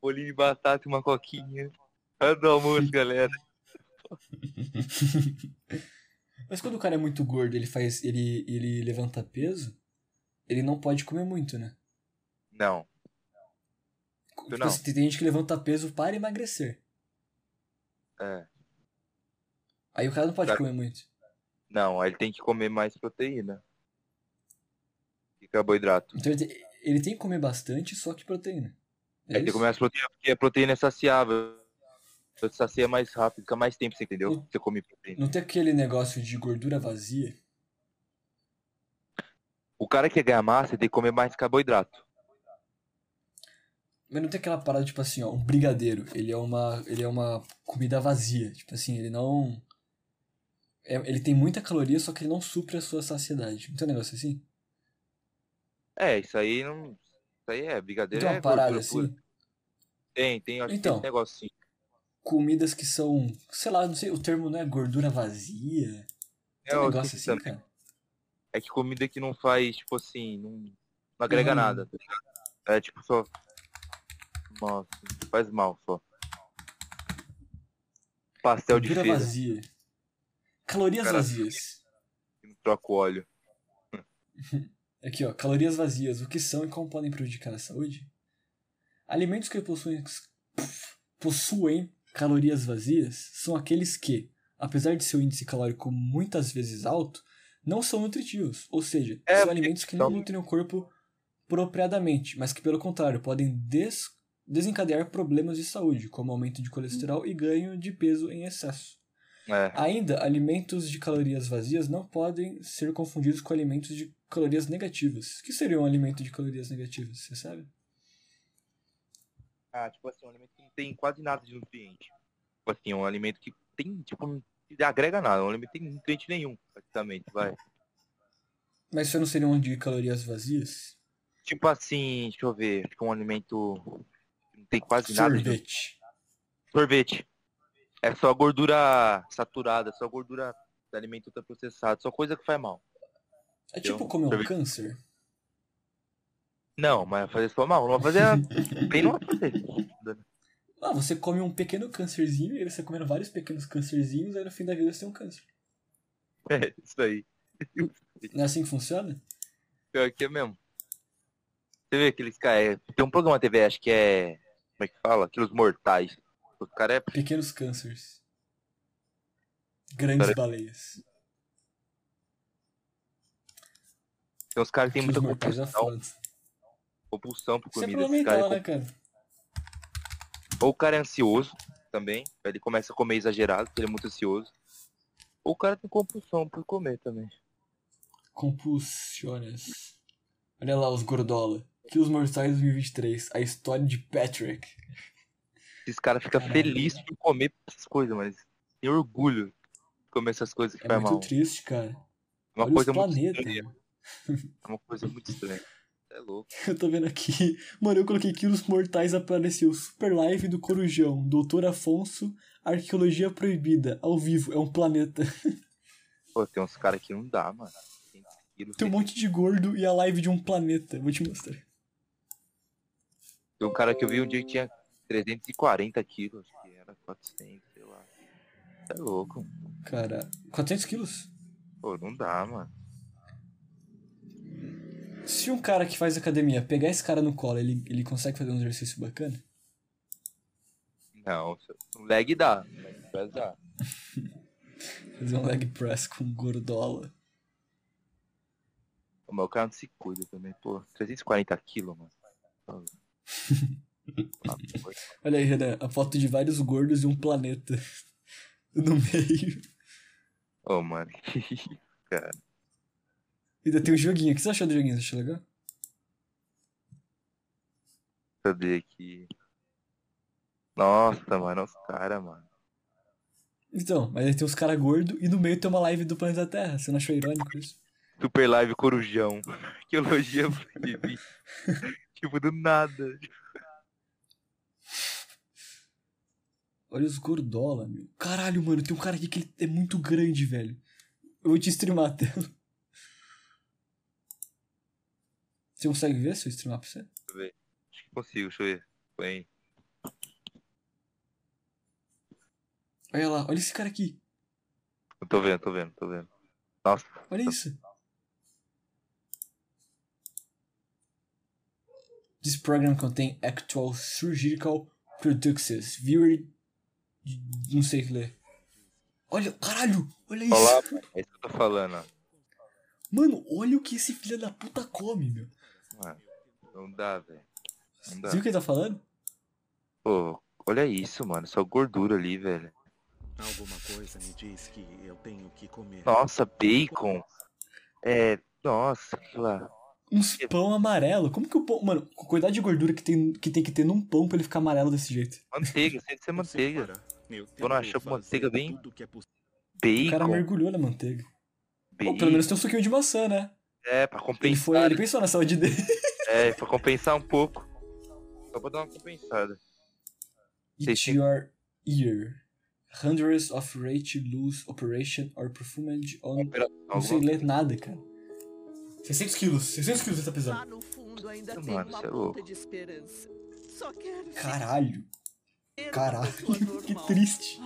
Bolinho de batata e uma coquinha. Antes do almoço, galera. Mas quando o cara é muito gordo, ele faz. ele, ele levanta peso, ele não pode comer muito, né? Não. Tipo não. assim, tem gente que levanta peso para emagrecer. É. Aí o cara não pode Tá. comer muito. Não, aí ele tem que comer mais proteína. E carboidrato. Então ele tem, ele tem que comer bastante, só que proteína. É Aí tem que isso? comer mais proteína, porque a proteína é saciável. Você sacia mais rápido, fica mais tempo, você entendeu? Você come proteína. Não tem aquele negócio de gordura vazia. O cara que quer ganhar massa ele tem que comer mais carboidrato. Mas não tem aquela parada, tipo assim, ó, um brigadeiro. Ele é uma, ele é uma comida vazia. Tipo assim, ele não. é- ele tem muita caloria, só que ele não supre a sua saciedade. Não tem um negócio assim? É, isso aí não. Isso aí é Não brigadeiro. tem é uma parada gordura pura. assim? Tem, tem, um acho Então. que tem esse negócio sim. Comidas que são. Sei lá, não sei, o termo não é gordura vazia. Tem É, um eu negócio esqueci assim, também. cara. É que comida que não faz, tipo assim, não, não agrega Não. nada, tá ligado? É tipo só. Nossa, faz mal só. Pastel de Gordura feira, vazia. Calorias Cara, vazias. que não troca o óleo. Aqui, ó, calorias vazias, o que são e como podem prejudicar a saúde? Alimentos que possuem, possuem calorias vazias são aqueles que, apesar de seu índice calórico muitas vezes alto, não são nutritivos, ou seja, É, são porque alimentos que são- não nutrem o corpo propriamente, mas que, pelo contrário, podem des- desencadear problemas de saúde, como aumento de colesterol e ganho de peso em excesso. É, Ainda, alimentos de calorias vazias não podem ser confundidos com alimentos de calorias negativas. O que seria um alimento de calorias negativas, você sabe? ah, tipo assim, um alimento que não tem quase nada de nutriente. Tipo assim, um alimento que tem, tipo, não agrega nada, um alimento que tem nutriente nenhum, praticamente, vai. Mas isso não seria um de calorias vazias? Tipo assim, deixa eu ver, acho que um alimento que não tem quase nada de Sorvete. Sorvete. É só gordura saturada, só gordura de alimento ultraprocessado, só coisa que faz mal. É tipo comer um sorvete. câncer? Não, mas vai fazer só né? mal. Não vai fazer. Bem, não vai fazer. Ah, você come um pequeno câncerzinho e aí você comendo vários pequenos câncerzinhos, aí no fim da vida você tem um câncer. É, isso aí. Não é assim que funciona? Pior que é mesmo. Você vê aqueles caras. Tem um programa na TV, acho que é. Como é que fala? Quilos mortais. O cara é. Pequenos cânceres. Grandes Cara- baleias. Tem uns caras que tem muita Quilos mortais da compulsão, foda. compulsão por Isso é comida. problema Esse cara é mental, né, cara? Ou o cara é ansioso também, aí ele começa a comer exagerado, porque ele é muito ansioso. Ou o cara tem compulsão por comer também. Compulsiones. Olha lá os gordola. Quilos mortais 2023. A história de Patrick. Esses caras ficam Caralho. felizes por comer essas coisas, mas tem orgulho de comer essas coisas que É faz muito mal. triste, cara. É uma Olha coisa os muito planetas. estranha. mano. É uma coisa muito estranha. É louco. Eu tô vendo aqui. Mano, eu coloquei quilos mortais apareceu. Super live do Corujão. Doutor Afonso. Arqueologia proibida. Ao vivo. É um planeta. Pô, tem uns caras que não dá, mano. Tem quilos, Tem um monte de gordo e a live de um planeta. Vou te mostrar. Tem um cara que eu vi um dia que tinha 340 quilos, acho que era 400, sei lá. É louco. Cara, 400 quilos? Pô, não dá, mano. Se um cara que faz academia pegar esse cara no colo, ele, ele consegue fazer um exercício bacana? Não, um lag dá. Um leg press dá. Fazer um leg press com gordola. Pô, Mas o cara não se cuida também, pô. 340 quilos, mano. Tá Pô. Ah, pô. Olha aí, Renan, a foto de vários gordos e um planeta no meio. Ô, mano. Ainda tem o joguinho. O que você achou do joguinho? Você achou legal? Saber que. Nossa, mano, os caras, mano. Então, mas aí tem os caras gordos e no meio tem uma live do planeta Terra. Você não achou irônico isso? Super Live Corujão. Que elogio de mim. Tipo, do nada. Olha os gordola, meu. Caralho, mano, tem um cara aqui que ele é muito grande, velho. Eu vou te streamar tá? a tela. Você consegue ver se eu streamar pra você? Acho que consigo, deixa eu ver. Põe aí. Olha lá, olha esse cara aqui. Eu tô vendo, tô vendo, tô vendo. Nossa, Olha isso. This program contém actual surgical products. Viewer. Não sei o que ler. Olha, caralho! Olha isso! olha lá, mano. É isso que eu tô falando, ó. Mano, olha o que esse filho da puta come, meu. Mano, não dá, velho. Não dá. Você viu o que ele tá falando? Pô, olha isso, mano. Só gordura ali, velho. Alguma coisa me diz que eu tenho que comer. Nossa, bacon. É, nossa, sei lá. Uns pão amarelo. Como que o pão. Mano, com a quantidade de gordura que tem que, tem que ter num pão pra ele ficar amarelo desse jeito. Manteiga, sem ser manteiga. Tô Dona achou manteiga bem- é O cara Bacon, mergulhou na manteiga. Pô, pelo menos bacon. tem um suquinho de maçã, né? É, pra Ele foi. compensar. Ele pensou na saúde dele. É, pra compensar um pouco. Só pra dar uma compensada. It's Tasting. your ear. Hundreds of rate lose operation or performance on. Não sei Alguma... ler nada, cara. 600 quilos, 600 quilos você tá pesando. Lá no fundo ainda Mano, tem uma cê é louco. ponta de esperança. Só quero Caralho, ser uma caralho, pessoa normal. que triste.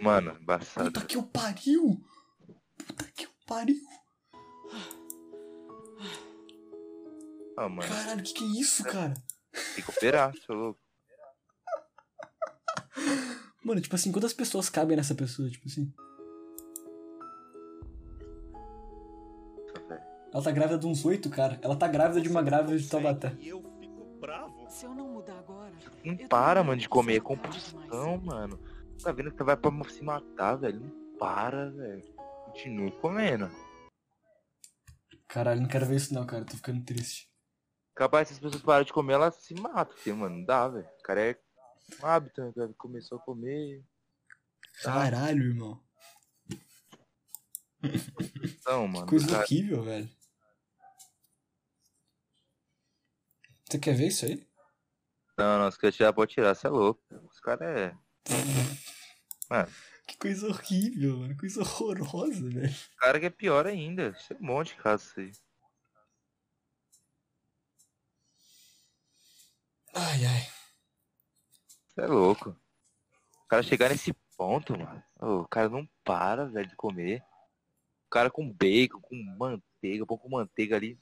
Mano, embaçado. Puta que eu pariu! Puta que eu pariu! Ah, mano, Caralho, que que é isso, cara? tem que operar, seu louco. Mano, tipo assim, quantas pessoas cabem nessa pessoa, tipo assim? velho. Ela tá grávida de uns oito, cara. Ela tá grávida de uma grávida de Tabata. Eu fico bravo. Se eu não mudar agora, Não para, mano, de comer. É compulsão, mano. Tá vendo que você vai pra se matar, velho? Não para, velho. Continua comendo. Caralho, não quero ver isso não, cara. Tô ficando triste. Capaz, se as pessoas pararem de comer, elas se matam, porque, mano, não dá, velho. O cara é um hábito, né, cara? Começou a comer. Caralho, irmão. Então, mano. Coisa cara, horrível, velho. Você quer ver isso aí? Não, não, se quer tirar, pode tirar, você é louco. Os caras é. Que coisa horrível, mano. Coisa horrorosa, velho. Os caras que é pior ainda. Tem um monte de casos aí. Ai, ai. Você é louco. O cara chegar nesse ponto, mano. ô, o cara não para, velho, de comer. O cara com bacon, com manteiga, pão com manteiga ali.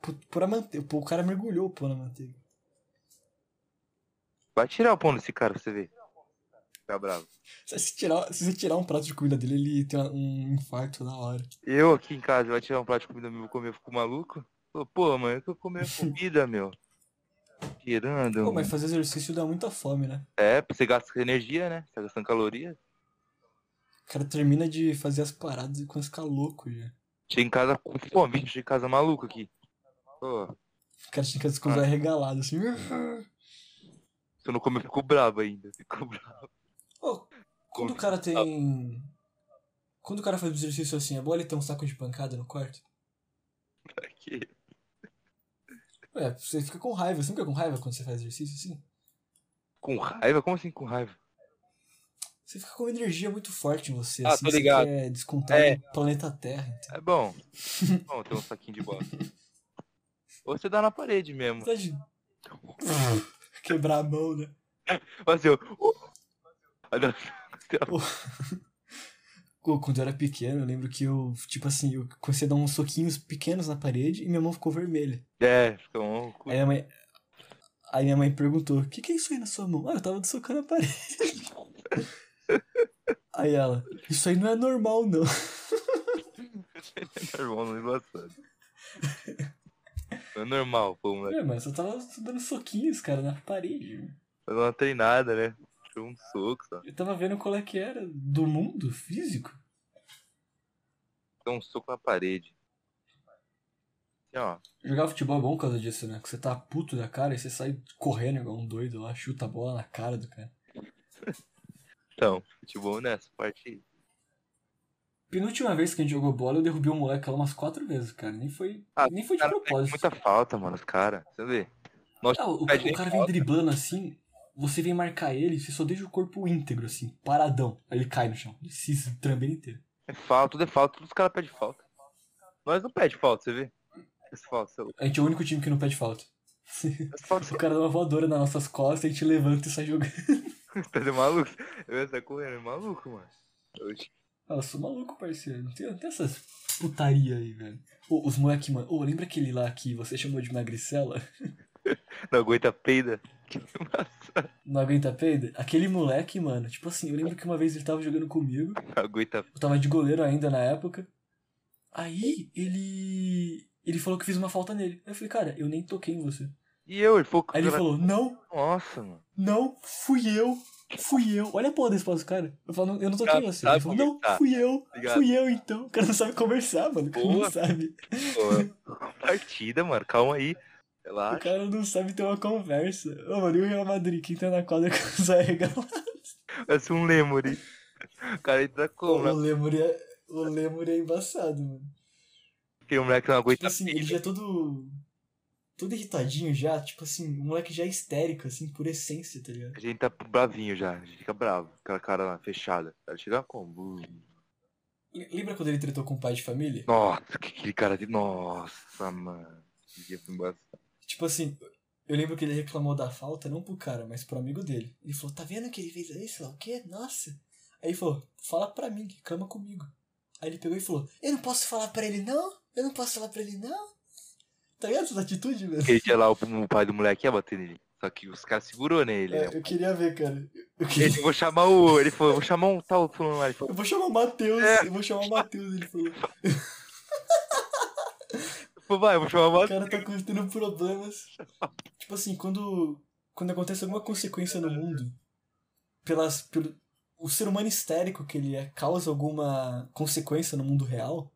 Por, por a manteiga. Pô, o cara mergulhou o pão na manteiga. Vai tirar o pão desse cara pra você ver. Tá bravo. Se você tirar, se você tirar um prato de comida dele, ele tem uma- um infarto na hora. Eu aqui em casa, vai tirar um prato de comida meu, vou comer, eu fico maluco. Pô, Pô, mano, eu tô comendo comida, meu. Tirando. Pô, mas fazer exercício dá muita fome, né? É, você gasta energia, né? Você tá gastando calorias. O cara termina de fazer as paradas e começa a ficar louco já. Chega em casa com fome, bicho, chega em casa maluco aqui. Pô, O cara fica com os olhos arregalados assim. se eu não comer, eu fico bravo ainda. Fico bravo. Ô, quando o cara tem. Quando o cara faz exercício assim, é bom ele ter um saco de pancada no quarto? aqui. Ué, você fica com raiva. Você não fica com raiva quando você faz exercício assim? Com raiva? Como assim com raiva? Você fica com uma energia muito forte em você. Ah, assim, tô você ligado. quer descontar É. no planeta Terra. Entendeu? É bom. É bom ter um saquinho de bosta. Ou você dá na parede mesmo. Vontade de- Quebrar a mão, né? Faz assim, ó. Uh! Aí dá- Pô, Quando eu era pequeno, eu lembro que eu, tipo assim, eu comecei a dar uns soquinhos pequenos na parede e minha mão ficou vermelha. É, fica um cu. Aí minha mãe. Aí minha mãe perguntou, o que, que é isso aí na sua mão? Ah, eu tava socando a parede. aí ela, isso aí não é normal, não. É normal, não é engraçado. É normal, pô, moleque. É, mas eu tava dando soquinhos, cara, na parede. Fazer uma treinada, né? Tira um soco, só. Eu tava vendo qual é que era do mundo físico. Dá um soco na parede. Assim, ó. Jogar futebol é bom por causa disso, né? Que você tá puto da cara e você sai correndo igual um doido lá, chuta a bola na cara do cara. Então, futebol nessa parte. Penúltima vez que a gente jogou bola, eu derrubei um moleque lá umas quatro vezes, cara. Nem foi, Ah, nem foi de Cara, tem propósito. muita falta, mano, os caras. Você vê. Ah, o, o Mas nem cara vem falta. driblando assim, você vem marcar ele, você só deixa o corpo íntegro, assim, paradão. Aí ele cai no chão, ele se trambeira inteiro. É falta, tudo é falta, todos os caras pedem falta. Nós não pede falta, você vê? Esse falta, seu louco. A gente é o único time que não pede falta. Esse falta, O cara dá uma voadora nas nossas costas, a gente levanta e sai jogando. você tá de maluco? Eu ia sair correndo, é maluco, mano. Oxi. Ah, eu sou maluco, parceiro. Não tem, não tem essas putaria aí, velho. Ô, os moleque, mano. Ô, lembra aquele lá que você chamou de magricela? Não aguenta peida. Que massa. Não aguenta peida? Aquele moleque, mano. Tipo assim, eu lembro que uma vez ele tava jogando comigo. Não aguenta Eu tava de goleiro ainda na época. Aí ele. Ele falou que fiz uma falta nele. Aí eu falei, cara, eu nem toquei em você. E eu, ele falou. Aí ele falou, não, Nossa, mano. não, fui eu, fui eu. Olha a porra desse passo, cara. Eu falo, "Não, eu não toquei em Sabe- você. Ele sabe Tá. falou, não, conversar. fui eu, Obrigado. fui eu então. O cara não sabe conversar, mano. O cara Boa. não sabe. Pô, é uma partida, mano. Calma aí. O Relaxa. cara não sabe ter uma conversa. Ô, mano, e o Real Madrid, quem tá na quadra com os arregalados? Parece um lemuri. O cara entra O como, né? Lemur é, o Lemur é embaçado, mano. Tem um moleque que não aguenta Tipo assim, ele já é todo. Todo irritadinho já, tipo assim, o moleque já é histérico, assim, por essência, tá ligado? A gente tá bravinho já, a gente fica bravo, aquela cara lá fechada. Ela chega como? L- Lembra quando ele tretou com o pai de família? Nossa, que aquele cara de. Nossa, mano. Esse dia foi embaçado. Tipo assim, eu lembro que ele reclamou da falta, não pro cara, mas pro amigo dele. Ele falou, tá vendo que ele fez aí, sei lá o quê? Nossa. Aí ele falou, fala pra mim, reclama comigo. Aí ele pegou e falou, eu não posso falar pra ele não? Eu não posso falar pra ele não? Tá ligado essa atitude, velho? Aquele dia lá, o, o pai do moleque ia bater nele. Só que os caras segurou nele. É, né? eu queria ver, cara. Eu, queria... Ele, vou chamar o. Ele falou, vou chamar um tal fulano lá. Ele falou, eu vou chamar o Matheus, É. eu vou chamar o Matheus, ele falou. pô, vai, eu vou chamar O mais. cara tá tendo problemas. Tipo assim, quando, quando acontece alguma consequência no mundo, pelas, pelo, o ser humano histérico que ele é causa alguma consequência no mundo real,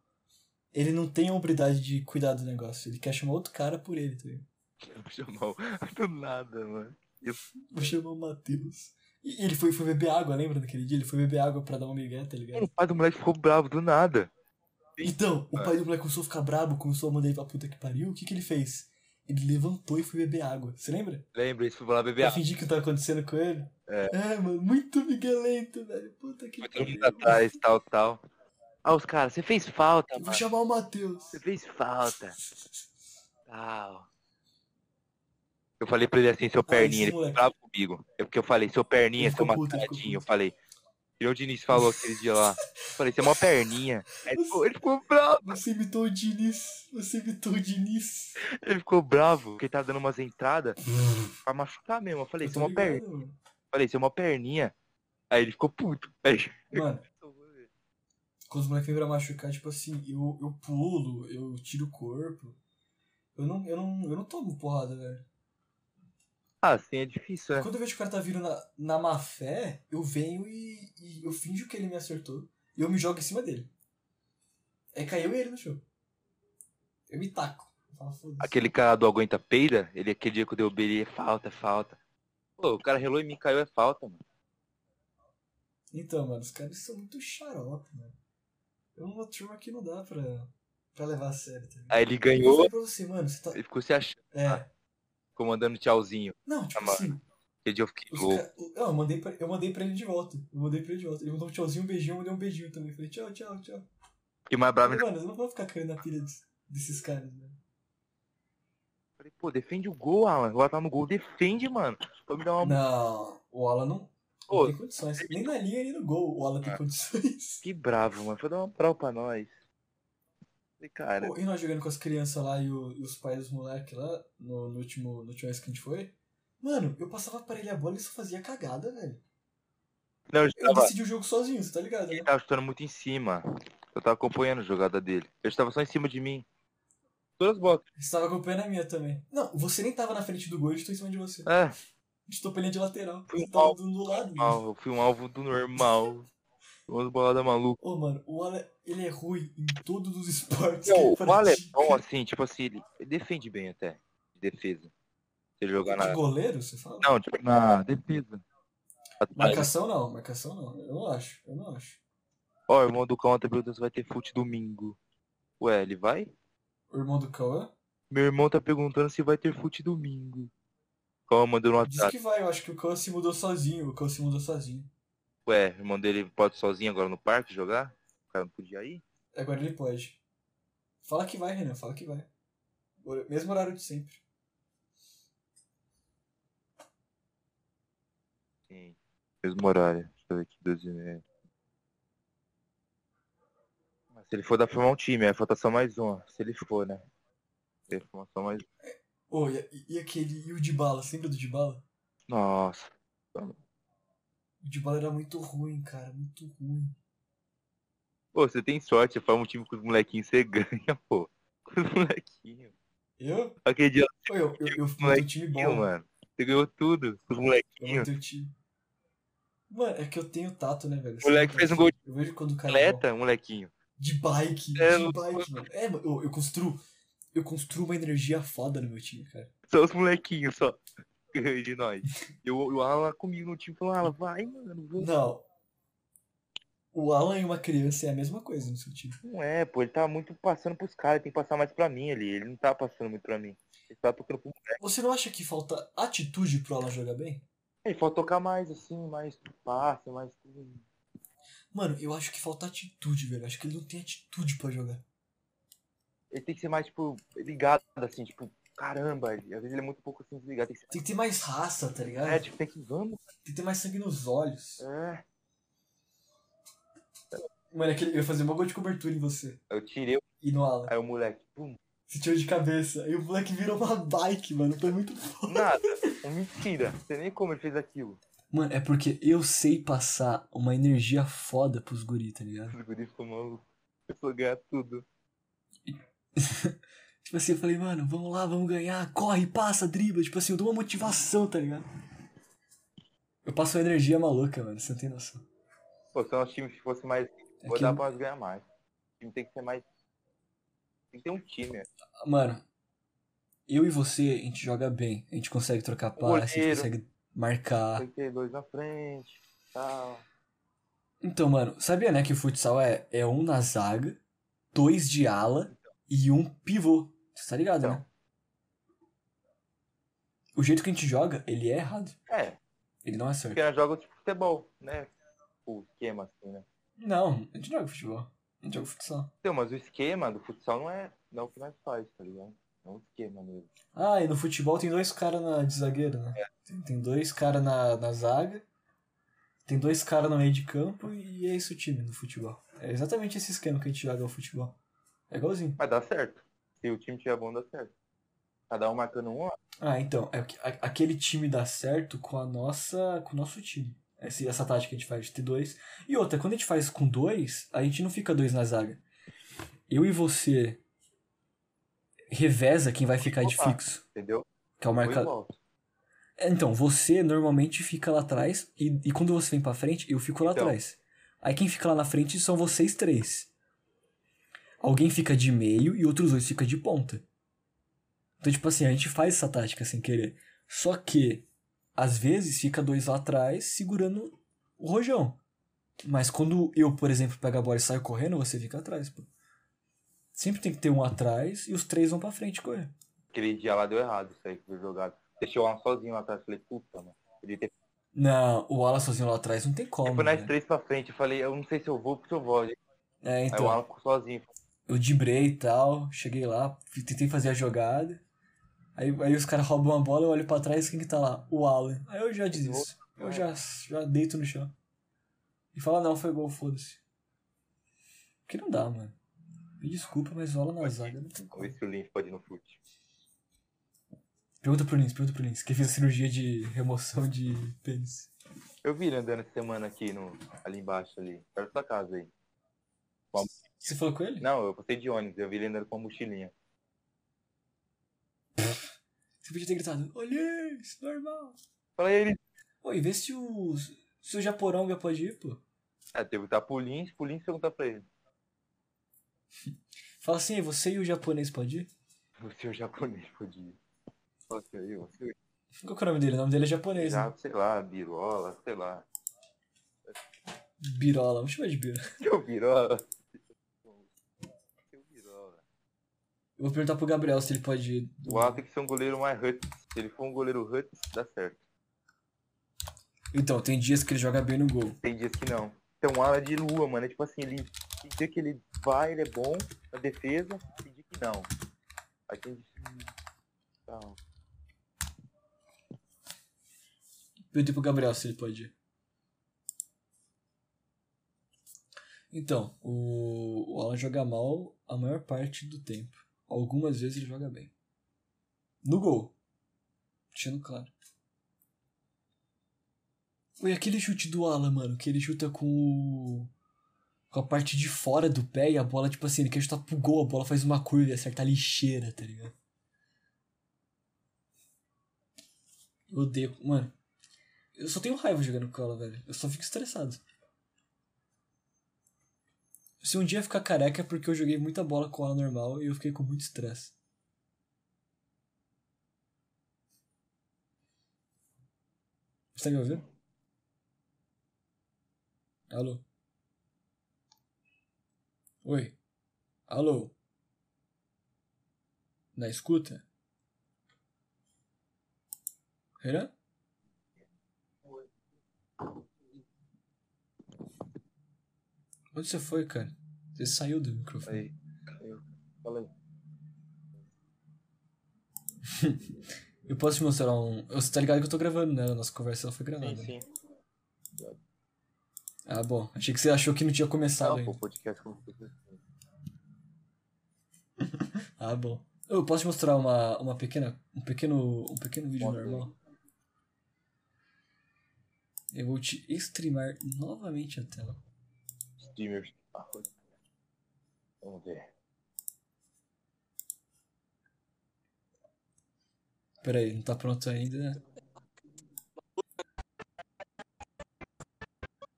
ele não tem a hombridade de cuidar do negócio. Ele quer chamar outro cara por ele, tá ligado? Vou chamar o. Do nada, mano. Vou chamar o Matheus. E e ele foi, foi beber água, lembra daquele dia? Ele foi beber água pra dar uma migué, tá Mano, ligado? o pai do moleque ficou bravo do nada. Então, o pai do moleque começou a ficar brabo, começou a mandar ele pra puta que pariu. O que que ele fez? Ele levantou e foi beber água. Você lembra? Lembra, isso foi lá beber Pra água. fingir que tá acontecendo com ele? É. mano, muito miguelento, velho. Puta que Foi todo mundo pariu. atrás, tal, tal. Ah, os caras, você fez falta, Vou mano. chamar o Matheus. Você fez falta. Tal. Eu falei pra ele assim, seu Ah, esse perninha, ele ficou moleque. bravo comigo. É porque eu falei, seu Ele perninha, seu ficou puto, ele ficou matadinho. Eu puto. falei, E o Diniz falou aquele dia lá. Parecia uma é perninha. Aí Ele ficou, ele ficou bravo. Você imitou o Diniz. Você imitou o Diniz. Ele ficou bravo. Porque ele tava dando umas entradas pra machucar mesmo. Eu falei, Eu isso tô é uma perninha. Tá ligado, mano. Falei, isso é uma perninha. Aí ele ficou puto. Aí... Mano, quando os moleques vêm pra machucar, tipo assim, eu, eu pulo, eu tiro o corpo. Eu não, eu não, eu não tomo porrada, velho. Ah, assim é difícil, né? Quando eu vejo que o cara tá vindo na, na má fé, eu venho e, e eu finjo que ele me acertou. E eu me jogo em cima dele. É Aí caiu ele no chão. Eu me taco. Eu falo, "Foda-se." Aquele cara do Aguenta Peida, ele aquele dia que eu derrubei ele, é falta, é falta. Pô, o cara relou em mim, caiu, é falta, mano. Então, mano, os caras são muito xarope, mano. É uma turma que não dá pra, pra levar a sério, tá ligado? Aí ele Eu ganhou, falei pra você, mano, você tá. ele ficou se achando, É. ficou mandando tchauzinho. Não, tipo Ah, mano. assim, Aquele dia eu fiquei Os louco. ca- o- não, eu mandei, pra... eu mandei pra ele de volta. Eu mandei pra ele de volta. Ele mandou um tchauzinho, um beijinho, eu mandei um beijinho também. Falei, tchau, tchau, tchau. Fiquei mais bravo. Falei, ainda. mano, eu não vou ficar caindo na pilha des- desses caras, né? Falei, pô, defende o gol, Alan. O Alan tá no gol, defende, mano. Pra me dar uma... Não, o Alan não, não Pô, tem condições. Nem na linha, nem no gol. O Alan tem Ah. condições. que bravo, mano. Foi dar uma prova pra nós. Falei, cara, Pô, e nós jogando com as crianças lá e, o- e os pais dos moleques lá, no, no último no último vez que a gente foi. Mano, eu passava pra ele a bola e só fazia cagada, velho. não, eu Eu tava, decidi o jogo sozinho, você tá ligado? Né? ele tava chutando muito em cima. Eu tava acompanhando a jogada dele. Ele estava só em cima de mim. Todas as bolas. Você tava acompanhando a minha também. Não, você nem tava na frente do gol, eu estou em cima de você. É, Estou pra linha de lateral. Foi Eu um tava do, do lado. mal, eu fui um alvo do normal. Umas boladas malucas. Ô, mano, o Ale, ele é ruim em todos os esportes. que Não, ele o Ale é pratica. bom assim, tipo assim, ele ele defende bem até. De defesa. Se ele jogar De na. goleiro, você fala? né? Não, tipo, na defesa. Atrás. Marcação não, marcação não. Eu não acho, eu não acho. Ó, o irmão do Cão até perguntou se vai ter fute domingo. Ué, ele vai? O irmão do Cauã Meu irmão tá perguntando se vai ter fute domingo. Cão mandou no disse WhatsApp. que vai, eu acho que o Cauã se mudou sozinho. O Cauã se mudou sozinho. Ué, o irmão dele pode sozinho agora no parque jogar? O cara não podia ir? Agora ele pode. Fala que vai, Renan, fala que vai. Hor- Mesmo horário de sempre. Sim. Mesmo horário. Deixa eu ver aqui, 12 e meia. Mas se ele for, dá pra formar um time. Aí falta só mais um. ó. Se ele for, né? Se ele formar só mais um. Ô, e, e aquele, e o Dibala, você lembra do Dibala? Nossa. O Dibala era muito ruim, cara, muito ruim. Pô, você tem sorte. Você forma um time com os molequinhos, você ganha, pô. Com os molequinhos. Eu? Aquele dia Ô, Eu, eu, eu fui Moleque, do time lá, bom, mano. Você ganhou tudo com os Eu molequinhos. montei o time. Mano, é que eu tenho tato, né, velho? O moleque Sabe, fez um cara? gol de Eu vejo quando o cara. é bom. Atleta, molequinho. De bike, É, de eu- bike, mano. É, mano, eu, eu construo. Eu construo uma energia foda no meu time, cara. Só os molequinhos, só. Ganhou de nós. E o o Alan lá comigo no time falou, Alan, vai, mano. vamos. Não. O Alan e uma criança é a mesma coisa no seu time. Não é, pô, ele tá muito passando pros caras, tem que passar mais pra mim ali. Ele não tá passando muito pra mim. Ele tá tocando pro moleque. Você não acha que falta atitude pro Alan jogar bem? Ele falta tocar mais, assim, mais passe, mais tudo. Mano, eu acho que falta atitude, velho. Acho que ele não tem atitude pra jogar. Ele tem que ser mais, tipo, ligado, assim, tipo, caramba, ele- às vezes ele é muito pouco assim desligado. Tem que ser Tem que ter mais raça, tá ligado? é, tipo, tem que vamos. Tem que ter mais sangue nos olhos. É. Mano, aquele, eu ia fazer um gol de cobertura em você Eu tirei, e no Alan. aí o moleque, pum, Se tirou de cabeça. E o moleque virou uma bike, mano. Foi muito foda. nada. Mentira. Não sei nem como ele fez aquilo. Mano, é porque eu sei passar uma energia foda pros guri, tá ligado? Os guris ficou maluco. Eu vou ganhar tudo. Tipo assim, eu falei, mano, vamos lá, vamos ganhar. Corre, passa, dribla. Tipo assim, eu dou uma motivação, tá ligado? Eu passo uma energia maluca, mano. Você não tem noção. Pô, se o nosso time fosse mais. É vou que, dar pra nós ganhar mais. O time tem que ser mais. Tem que ter um time. Mano, eu e você, a gente joga bem. A gente consegue trocar passe, a gente goleiro. consegue marcar. Tem que ter dois na frente. Tal. Então, mano, sabia, né, que o futsal é, é um na zaga, dois de ala e um pivô. Você tá ligado, Então. né? O jeito que a gente joga, ele é errado. É, Ele não é porque certo. nós jogamos tipo futebol, né? O esquema, assim, né? Não, a gente joga futebol. A gente joga futsal. Então, mas o esquema do futsal não é, não é o que nós faz, tá ligado? É um esquema mesmo. Ah, e no É. futebol tem dois caras de zagueiro, né? Tem, tem dois caras na, na zaga Tem dois caras no meio de campo e é isso o time no futebol. É exatamente esse esquema que a gente joga no futebol. É igualzinho. Mas dá certo. Se o time tiver bom, dá certo. Cada um marcando um, ó. Ah, então, é que a- aquele time dá certo com a nossa, com o nosso time. Essa, essa tática que a gente faz de ter dois. E outra, quando a gente faz com dois, a gente não fica dois na zaga. Eu e você reveza quem vai ficar de Opa. fixo, entendeu? que é o Foi marcador. igual. É, Então, você normalmente fica lá atrás e, e quando você vem pra frente, eu fico lá Então. atrás. Aí quem fica lá na frente são vocês três. Alguém fica de meio e outros dois fica de ponta. Então, tipo assim, a gente faz essa tática sem querer. Só que, às vezes, fica dois lá atrás segurando o rojão. Mas quando eu, por exemplo, pego a bola e saio correndo, você fica atrás, pô. Sempre tem que ter um atrás e os três vão pra frente correr. Aquele dia lá deu errado isso aí que foi jogado. Deixei o Alan sozinho lá atrás. Falei, puta, mano. Podia ter Não, o Alan sozinho lá atrás não tem como. Foi nas né? três pra frente, eu falei, eu não sei se eu vou porque eu vou. Aí É, o então. Alan ficou sozinho. eu dibrei e tal, cheguei lá, f- tentei fazer a jogada. Aí, aí os caras roubam a bola, eu olho pra trás quem que tá lá? O Alan. Aí eu já desisto. Eu já, já deito no chão. E falo, não, foi gol, foda-se. Porque não dá, mano. Me desculpa, mas o Alan na zaga né? não tem Vamos como. ver se o Lins pode ir no fute. Pergunta pro Lins, pergunta pro Lins, que fez a cirurgia de remoção de pênis. Eu vi ele andando essa semana aqui no, ali embaixo, ali, perto da casa aí. Você falou com ele? Não, eu passei de ônibus, eu vi ele andando com uma mochilinha. Você podia ter gritado, ô Lins, normal. Falei, ele. Oi, vê se o, se o Japoronga pode ir, pô. É, teve que estar pro Lins, pro Lins perguntar pra ele. Fala assim, você e o japonês pode ir? Você é o japonês, podia. Você aí, você Qual que é o nome dele? O nome dele é é japonês, né? já, sei lá, birola, sei lá. Birola, vamos chamar de Birola. Seu birola. Seu birola. Eu vou perguntar pro Gabriel se ele pode ir. O Alan tem que ser um goleiro mais Huts. Se ele for um goleiro Huts, dá certo. Então, tem dias que ele joga bem no gol. Tem dias que não. Então, ala de lua, mano. É tipo assim, ele tem dia que ele vai, ele é bom na defesa, tem dia que não. Aí tem dia que. Não. Perguntei pro Gabriel se ele pode ir. Então, o, o Alan joga mal a maior parte do tempo. Algumas vezes ele joga bem. No gol. Deixando claro. Foi aquele chute do Alan, mano, que ele chuta com o. com a parte de fora do pé e a bola, tipo assim, ele quer chutar pro gol, a bola faz uma curva e acerta a lixeira, tá ligado? Eu odeio. Mano, eu só tenho raiva jogando com ela, velho. Eu só fico estressado. Se um dia eu ficar careca é porque eu joguei muita bola com ela normal e eu fiquei com muito estresse. Você tá me ouvindo? Alô? Oi? Alô? Na escuta? Renan? Onde você foi, cara? Você saiu do microfone. Tá, Aí. Eu falei. Eu posso te mostrar um. Você tá ligado que eu tô gravando, né? A nossa conversa ela foi gravada. Sim, né? sim. Ah, bom. Achei que você achou que não tinha começado Não, ainda. pô, podcast como se fosse assim. Ah, bom. Eu posso te mostrar uma, uma pequena. Um pequeno. Um pequeno vídeo Mostra aí. normal. Eu vou te streamar novamente a tela. Streamers. Ah, Vamos ver. Pera aí, não tá pronto ainda, né?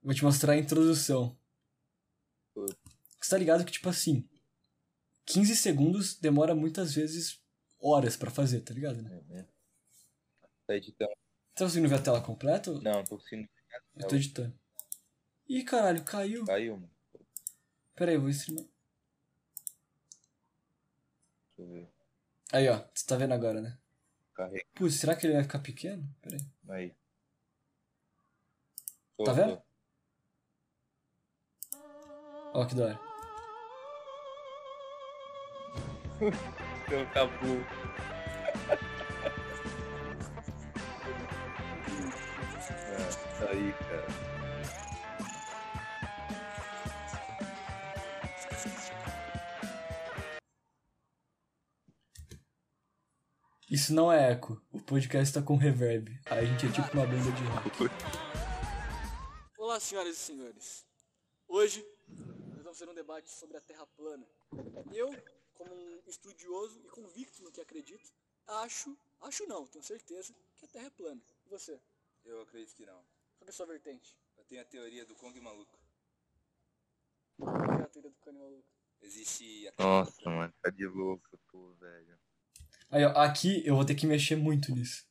Vou te mostrar a introdução. Você tá ligado que, tipo assim, 15 segundos demora muitas vezes horas pra fazer, tá ligado? Né? Uhum. Tá editando. Tá conseguindo ver a tela completa? Não, tô conseguindo. Eu tô editando. Ih, caralho, caiu. Caiu, mano. Pera aí, eu vou streamar. Deixa eu ver. Aí, ó, você tá vendo agora, né? Carrega Putz, será que ele vai ficar pequeno? Pera aí. aí. Tô, Tá vendo? tô. Ó, que da hora. Então tá bom. É, tá aí, cara. Isso não é eco. O podcast tá com reverb. A gente é tipo uma banda de rock. Olá, senhoras e senhores. Hoje nós vamos ter um debate sobre a Terra plana. Eu, como um estudioso e convicto no que acredito, acho, acho não, tenho certeza que a Terra é plana. E você? Eu acredito que não. Qual que é a sua vertente? Eu tenho a teoria do Kong maluco. Qual que é a teoria do cano maluco? Existe a Nossa, mano, tá de louco, pô, Tá velho. Aí, ó, aqui eu vou ter que mexer muito nisso.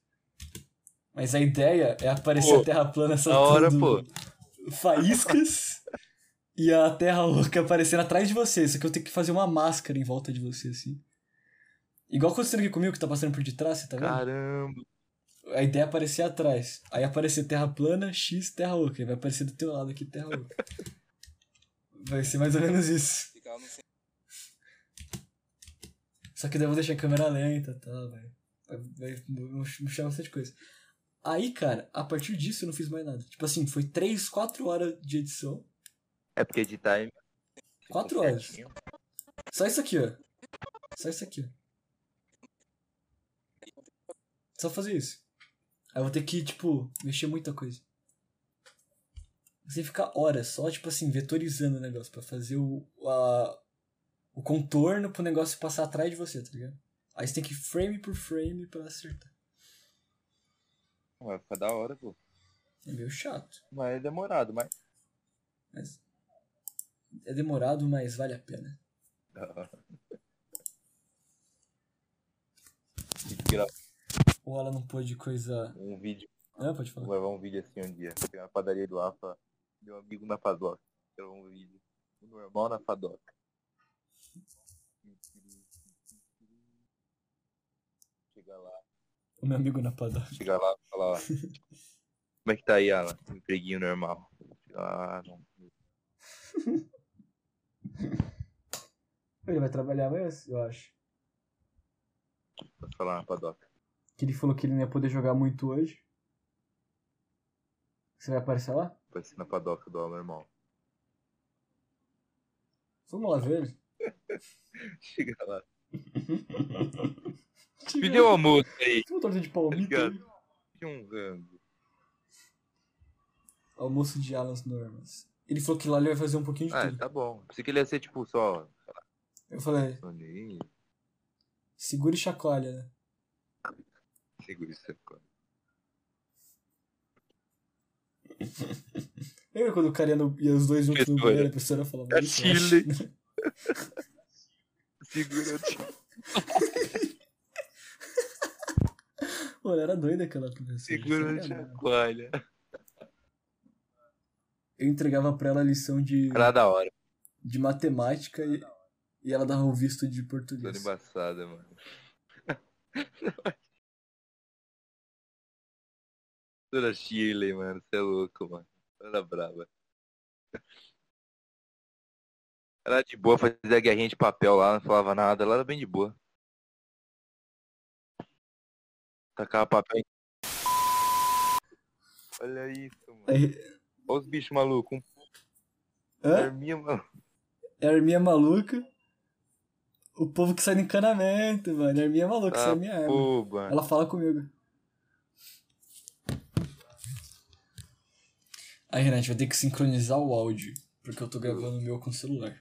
Mas a ideia é aparecer Pô, a Terra plana da hora, soltando faíscas e a Terra louca aparecendo atrás de você. Só que eu tenho que fazer uma máscara em volta de você, assim. Igual acontecendo aqui comigo, que tá passando por detrás, você tá vendo? Caramba. A ideia é aparecer atrás. Aí aparecer Terra plana, X, Terra oca. Aí vai aparecer do teu lado aqui, Terra oca. Vai ser mais ou menos isso. ficar no centro. Só que daí eu vou deixar a câmera lenta e tal, vai. Vai, vai mexer bastante coisa. Aí, cara, a partir disso eu não fiz mais nada. Tipo assim, foi 3, 4 horas de edição. É porque editar é. Quatro horas. Só isso aqui, ó. Só isso aqui, ó. Só fazer isso. Aí eu vou ter que, tipo, mexer muita coisa. Você ficar horas só, tipo assim, vetorizando o negócio pra fazer o, a, o contorno pro negócio passar atrás de você, tá ligado? Aí você tem que ir frame por frame pra acertar. Vai ficar da hora, pô. É meio chato, Mas é demorado, mas. mas. É demorado, mas vale a pena. Da hora. Tem que gravar Ou ela não pôde coisa. um vídeo. Ah, pode falar. Vou gravar um vídeo assim um dia. Tem uma padaria do AFA, meu amigo na padoca. Gravar um vídeo. O normal na padoca. Chega lá. O meu amigo na padoca. Chega lá e fala, ó, como é que tá aí, Alan? Um empreguinho normal. Chega lá, ah, não. Ele vai trabalhar amanhã, eu acho. Vou falar na padoca. que ele falou que ele não ia poder jogar muito hoje. Você vai aparecer lá? Vai ser na padoca do Alan normal. Vamos lá ver ele. Chega lá. Me deu uma música aí. Tem uma torta de palmito. Obrigado. Tinha um rango. Almoço de Alan's Normas. Ele falou que lá ele vai fazer um pouquinho de Ah, tudo. tá bom. Pensei que ele ia ser tipo só. Eu falei, Toninho, segura e chacoalha, né? segura isso agora. Lembra quando o cara ia, no, ia os dois juntos no Professora. banheiro, a professora falava É isso? eu acho. Chile. Segura Mano, era doida aquela professora. segura né? isso é legal. chacoalha. Eu entregava pra ela a lição de, Era da hora. de matemática e, e ela dava o visto de Tô português. embaçada, mano. Toda Chile, mano. Você é louco, mano. é Toda brava. Era de boa fazia guerrinha de papel lá, não falava nada. Ela era bem de boa. Tacava papel. em- Olha isso, mano. Aí- Olha os bichos malucos. Um Hã? dormia, mano. É a Arminha maluca. O povo que sai no encanamento, mano. A Arminha maluca, Ah, sai minha arma. Pô, mano. Ela fala comigo. Aí, Renato, vai ter que sincronizar o áudio. Porque eu tô gravando o meu com o celular.